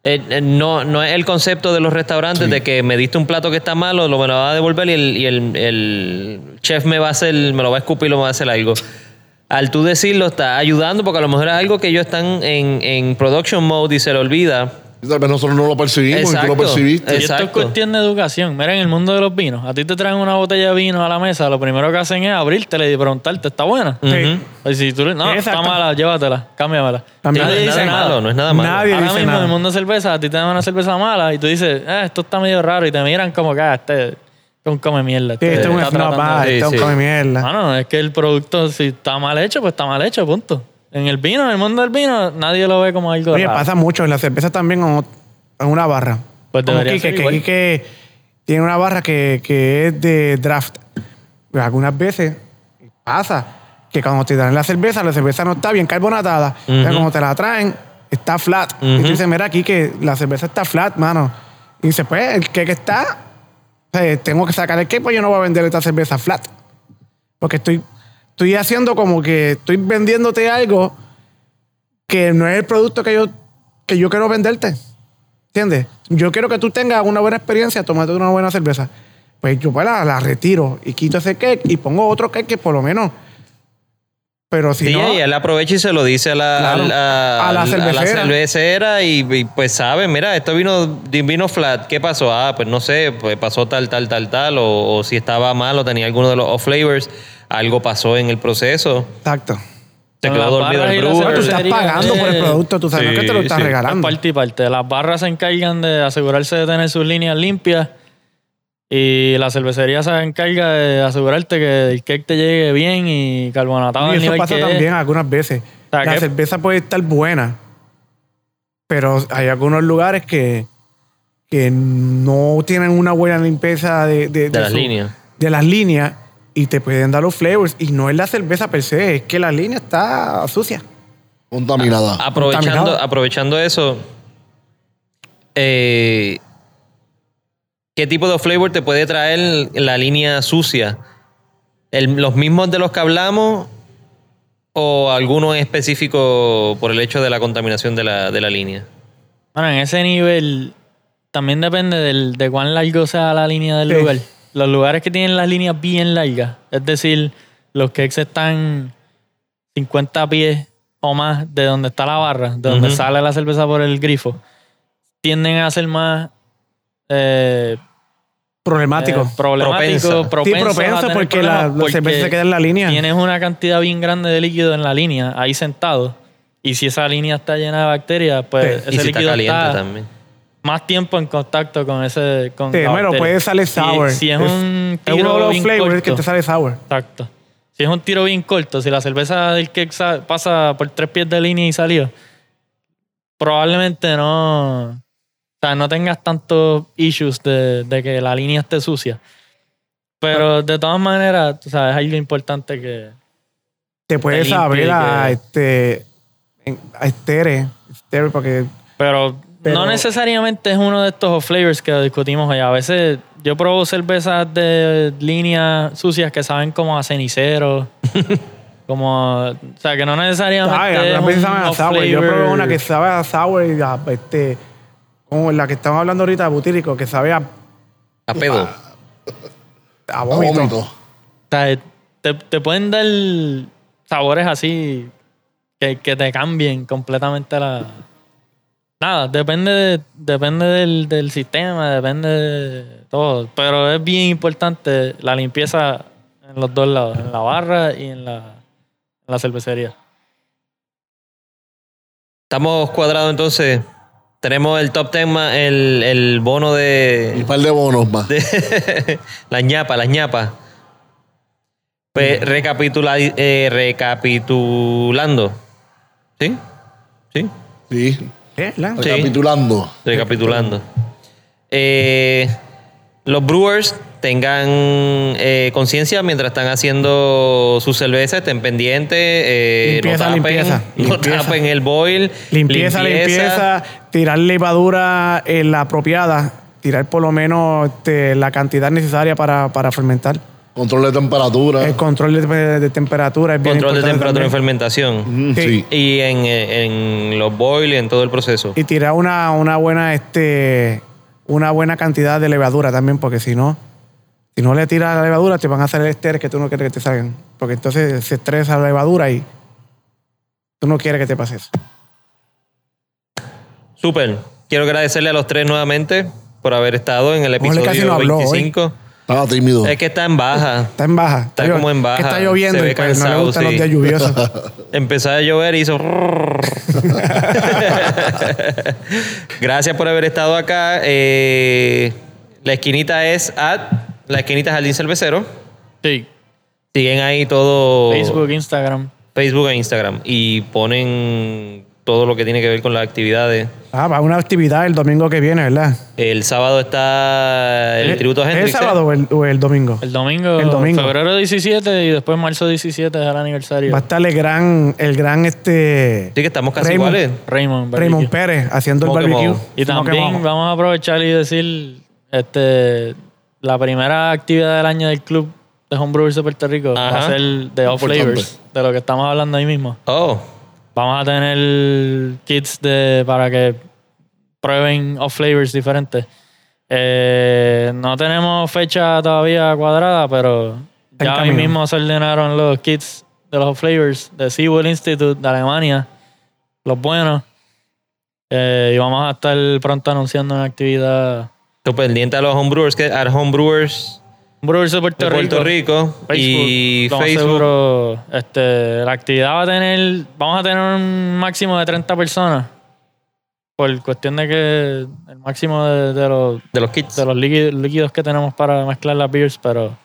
eh, eh, no, no es el concepto de los restaurantes de que me diste un plato que está malo, lo me lo va a devolver y, el, y el- el chef me va a hacer, me lo va a escupir y lo va a hacer algo. Al tú decirlo, está ayudando porque a lo mejor es algo que ellos están en, en production mode y se le olvida Y tal vez nosotros no lo percibimos y tú lo Exacto. percibiste. Y esto es Exacto. cuestión de educación. Mira, en el mundo de los vinos, a ti te traen una botella de vino a la mesa, lo primero que hacen es abrírtela y preguntarte, ¿está buena? Sí. Y si tú le no, Exacto. está mala, llévatela, cámbiamela. También. Nadie No es nada dice nada. malo, no es nada malo. Nadie Ahora dice mismo en nada. el mundo de cerveza, a ti te dan una cerveza mala y tú dices, "Ah, esto está medio raro y te miran como que, ah, este es un come mierda. este Sí, esto es un está snob, tratando ah, de-". sí, esto es un sí. come mierda. Mano, es que el producto, si está mal hecho, pues está mal hecho, punto. En el vino, en el mundo del vino, nadie lo ve como algo Oye, raro. pasa mucho. En la cerveza también con ot- en una barra. Pues Como debería Quique, ser que igual. Quique tiene una barra que, que es de draft. Pero algunas veces pasa que cuando te dan la cerveza, la cerveza no está bien carbonatada. O sea, como te la traen, está flat. Y tú dices, mira aquí que la cerveza está flat, mano. Y dices, pues, el que está, o sea, tengo que sacar el cake, pues yo no voy a vender esta cerveza flat. Porque estoy, estoy haciendo como que estoy vendiéndote algo que no es el producto que yo, que yo quiero venderte. ¿Entiendes? Yo quiero que tú tengas una buena experiencia tomando una buena cerveza. Pues yo pues, la, la retiro y quito ese cake y pongo otro cake que por lo menos. Pero si Sí, no. y él aprovecha y se lo dice a la, Claro, al- a, a la al- cervecera. cervecera y, y, pues sabe, mira, esto vino, vino flat, ¿qué pasó? Ah, pues no sé, pues pasó tal, tal, tal, tal, o, o si estaba mal o tenía alguno de los off flavors, algo pasó en el proceso, Exacto. se Con quedó las dormido barras el y las Pero brewer. tú estás Sería- pagando por el eh, producto, tú sabes, no es que te lo sí, estás sí. regalando. Es parte y parte. Las barras se encargan de asegurarse de tener sus líneas limpias y la cervecería se encarga de asegurarte que el cake te llegue bien y carbonatado Y al eso nivel pasa que es. también algunas veces. O sea, la que- cerveza puede estar buena, pero hay algunos lugares que, que no tienen una buena limpieza de, de- de las su- líneas. De las líneas y te pueden dar los flavors. Y no es la cerveza per se, es que la línea está sucia. Contaminada. aprovechando, contaminado. aprovechando eso, eh, ¿qué tipo de flavor te puede traer la línea sucia? El- ¿Los mismos de los que hablamos o alguno en específico por el hecho de la contaminación de la, de la línea? Bueno, en ese nivel también depende del- de cuán largo sea la línea del Sí. lugar. Los lugares que tienen las líneas bien largas, es decir, los cakes están 50 pies o más de donde está la barra, de donde sale la cerveza por el grifo, tienden a ser más... eh, Problemático. Eh, Propensa. problemático, propenso Sí, a propenso tener porque la- problemas la cerveza se queda en la línea. Tienes una cantidad bien grande de líquido en la línea, ahí sentado. Y si esa línea está llena de bacterias, pues Sí. y ese si está líquido caliente está, también. más tiempo en contacto con ese. Con Sí, la bueno, bacteria. puede salir Si- sour. Si, es, un es uno tiro de los bien flavors corto, que te sale sour. Exacto. Si es un tiro bien corto, si la cerveza del que sa- pasa por tres pies de línea y salió, probablemente no. O sea, no tengas tantos issues de, de que la línea esté sucia. Pero de todas maneras, tú sabes, hay algo importante que. Te puedes limpia y saber a, que- este, en- a este estere, estere, porque Pero, Pero- no necesariamente es uno de estos flavors que discutimos hoy. A veces yo probo cervezas de líneas sucias que saben como a cenicero. como, o sea, que no necesariamente. Ay, es algunas veces un saben a sour. off-flavor. Yo probé una que sabe a sour y a, este, como la que estamos hablando ahorita, butírico, que sabe a, A pedo. a A vómito. vómito. O sea, te, te pueden dar sabores así que, que te cambien completamente la. Nada, depende, de- depende del, del sistema, depende de todo. Pero es bien importante la limpieza en los dos lados, en la barra y en la, en la cervecería. Estamos cuadrados entonces. Tenemos el top 10, más el, el bono Y de, un par de bonos más. de- las ñapas, las ñapas. Pues recapitula, eh, recapitulando. ¿Sí? ¿Sí? Sí. ¿Eh? ¿La? Sí. Recapitulando. Recapitulando. Eh, los brewers tengan eh, conciencia mientras están haciendo su cerveza, estén pendientes, eh, no Limpieza, tapen, limpieza, no limpieza. tapen el boil, Limpieza, limpieza, tirar levadura en la apropiada, tirar por lo menos este, la cantidad necesaria para, para fermentar. Control de temperatura. El control de, de- de temperatura es bien control de temperatura importante y también. fermentación Mm, Sí. sí. y en, eh, en los boil, en todo el proceso. Y tirar una, una buena este una buena cantidad de levadura también, porque si no, si no le tiras la levadura, te van a hacer esteres que tú no quieres que te salgan. Porque entonces se estresa la levadura y tú no quieres que te pases. Súper. Quiero agradecerle a los tres nuevamente por haber estado en el Ojalá episodio casi no habló hoy. 25. Estaba tímido. Es que está en baja. Está en baja. Está como en baja, Que está lloviendo se ve y pues no cansado, le gustan sí. los días lluviosos. Empezó a llover y hizo. Gracias por haber estado acá. Eh, la esquinita es at la esquinita Jardín Cervecero. Sí. Siguen ahí todo Facebook, Instagram. Facebook e Instagram y ponen todo lo que tiene que ver con las actividades. ah, va a una actividad el domingo que viene, ¿verdad? El sábado está el Eh, tributo a ¿Es el Hendrix. ¿eh? sábado o el, o el domingo? El domingo, El domingo. febrero 17 y después marzo 17 es el aniversario. Va a estar el gran, el gran este. Sí, que estamos casi Raymond- iguales. Raymond. Barbecue. Raymond Pérez haciendo el Como que barbecue. vamos. Y Como que también vamos. vamos a aprovechar y decir este la primera actividad del año del club de Homebrewers de Puerto Rico va Ajá. a ser de All Importante. Flavors, de lo que estamos hablando ahí mismo. Oh, Vamos a tener kits de, para que prueben off flavors diferentes. Eh, no tenemos fecha todavía cuadrada, pero Está en ya hoy camino. mismo se ordenaron los kits de los off flavors de Sewell Institute de Alemania, los buenos. Eh, y vamos a estar pronto anunciando una actividad estoy pendiente a los homebrewers, que a homebrewers Brewers de de Puerto, Puerto Rico, y lo más Facebook. seguro, este, la actividad va a tener, vamos a tener un máximo de 30 personas. Por cuestión de que el máximo de, de los, De los kits. de los líquidos, líquidos que tenemos para mezclar las beers, pero.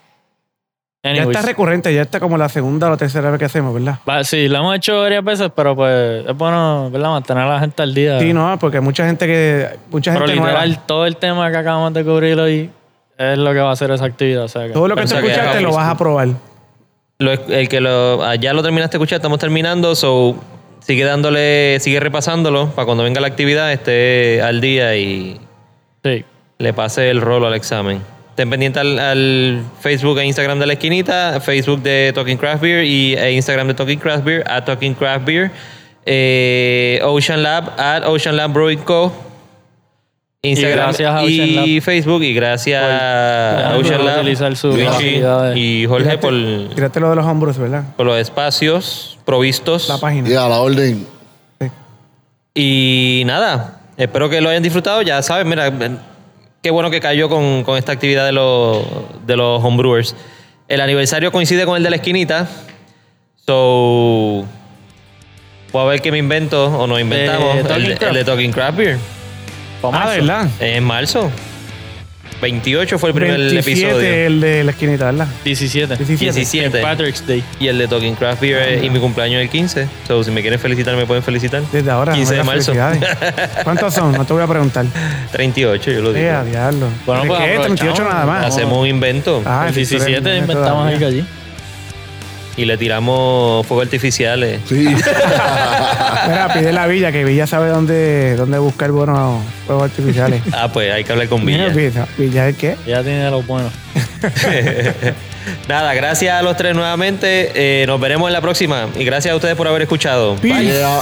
Ya anyways. está recurrente, ya está como la segunda o la tercera vez que hacemos, ¿verdad? Va, sí, lo hemos hecho varias veces, pero pues es bueno, ¿verdad? Mantener a la gente al día. Sí, no, porque mucha gente que. Mucha pero gente nueva. literal, todo el tema que acabamos de cubrir hoy es lo que va a hacer esa actividad. O sea, que- Todo lo que O tú sea, que escuchaste hagamos- lo vas a probar. Lo- el que lo, allá lo terminaste de escuchar, estamos terminando, so sigue dándole, sigue repasándolo para cuando venga la actividad esté al día y sí. le pase el rolo al examen. Estén pendientes al, al Facebook e Instagram de la esquinita, Facebook de Talking Craft Beer y e Instagram de Talking Craft Beer, at Talking Craft Beer, eh, Ocean Lab, at Ocean Lab Brewing Co. Instagram gracias a y, Ocean Lab. Facebook y gracias a Por Ocean utilizar sus Lab Vinci capacidades. y Jorge por, Tírate lo de los hombros, ¿verdad? por los espacios provistos. La página. Y a la orden. Y nada, espero que lo hayan disfrutado. Ya saben, mira, ven, qué bueno que cayó con, con esta actividad de los, de los homebrewers. El aniversario coincide con el de la esquinita. So. Puedo ver qué me invento o no inventamos. Eh, el, Talking de- el Craft. de Talking Craft Beer. Ah, ¿verdad? En marzo. 28 fue el primer 27 episodio. el de la esquinita, ¿verdad? 17. 17. 17. Patrick's Day. Y el de Talking Craft Beer eh, y mi cumpleaños el 15. So, si me quieren felicitar, me pueden felicitar. Desde ahora. 15 de mira, marzo. felicidades. ¿Cuántos son? No te voy a preguntar. 38, yo lo digo. Eh, a diablo. Bueno, ¿De pues qué? 38 aprovechamos. nada más. Hacemos un invento. Ah, el 17 todavía. inventamos algo allí. Y le tiramos fuegos artificiales. Sí. Espera, pide la Villa, que Villa sabe dónde, dónde buscar buenos fuegos artificiales. Ah, pues hay que hablar con Villa. Mira, Villa. ¿Villa es qué? Ya tiene los buenos. Nada, gracias a los tres nuevamente. Eh, nos veremos en la próxima. Y gracias a ustedes por haber escuchado. Yeah.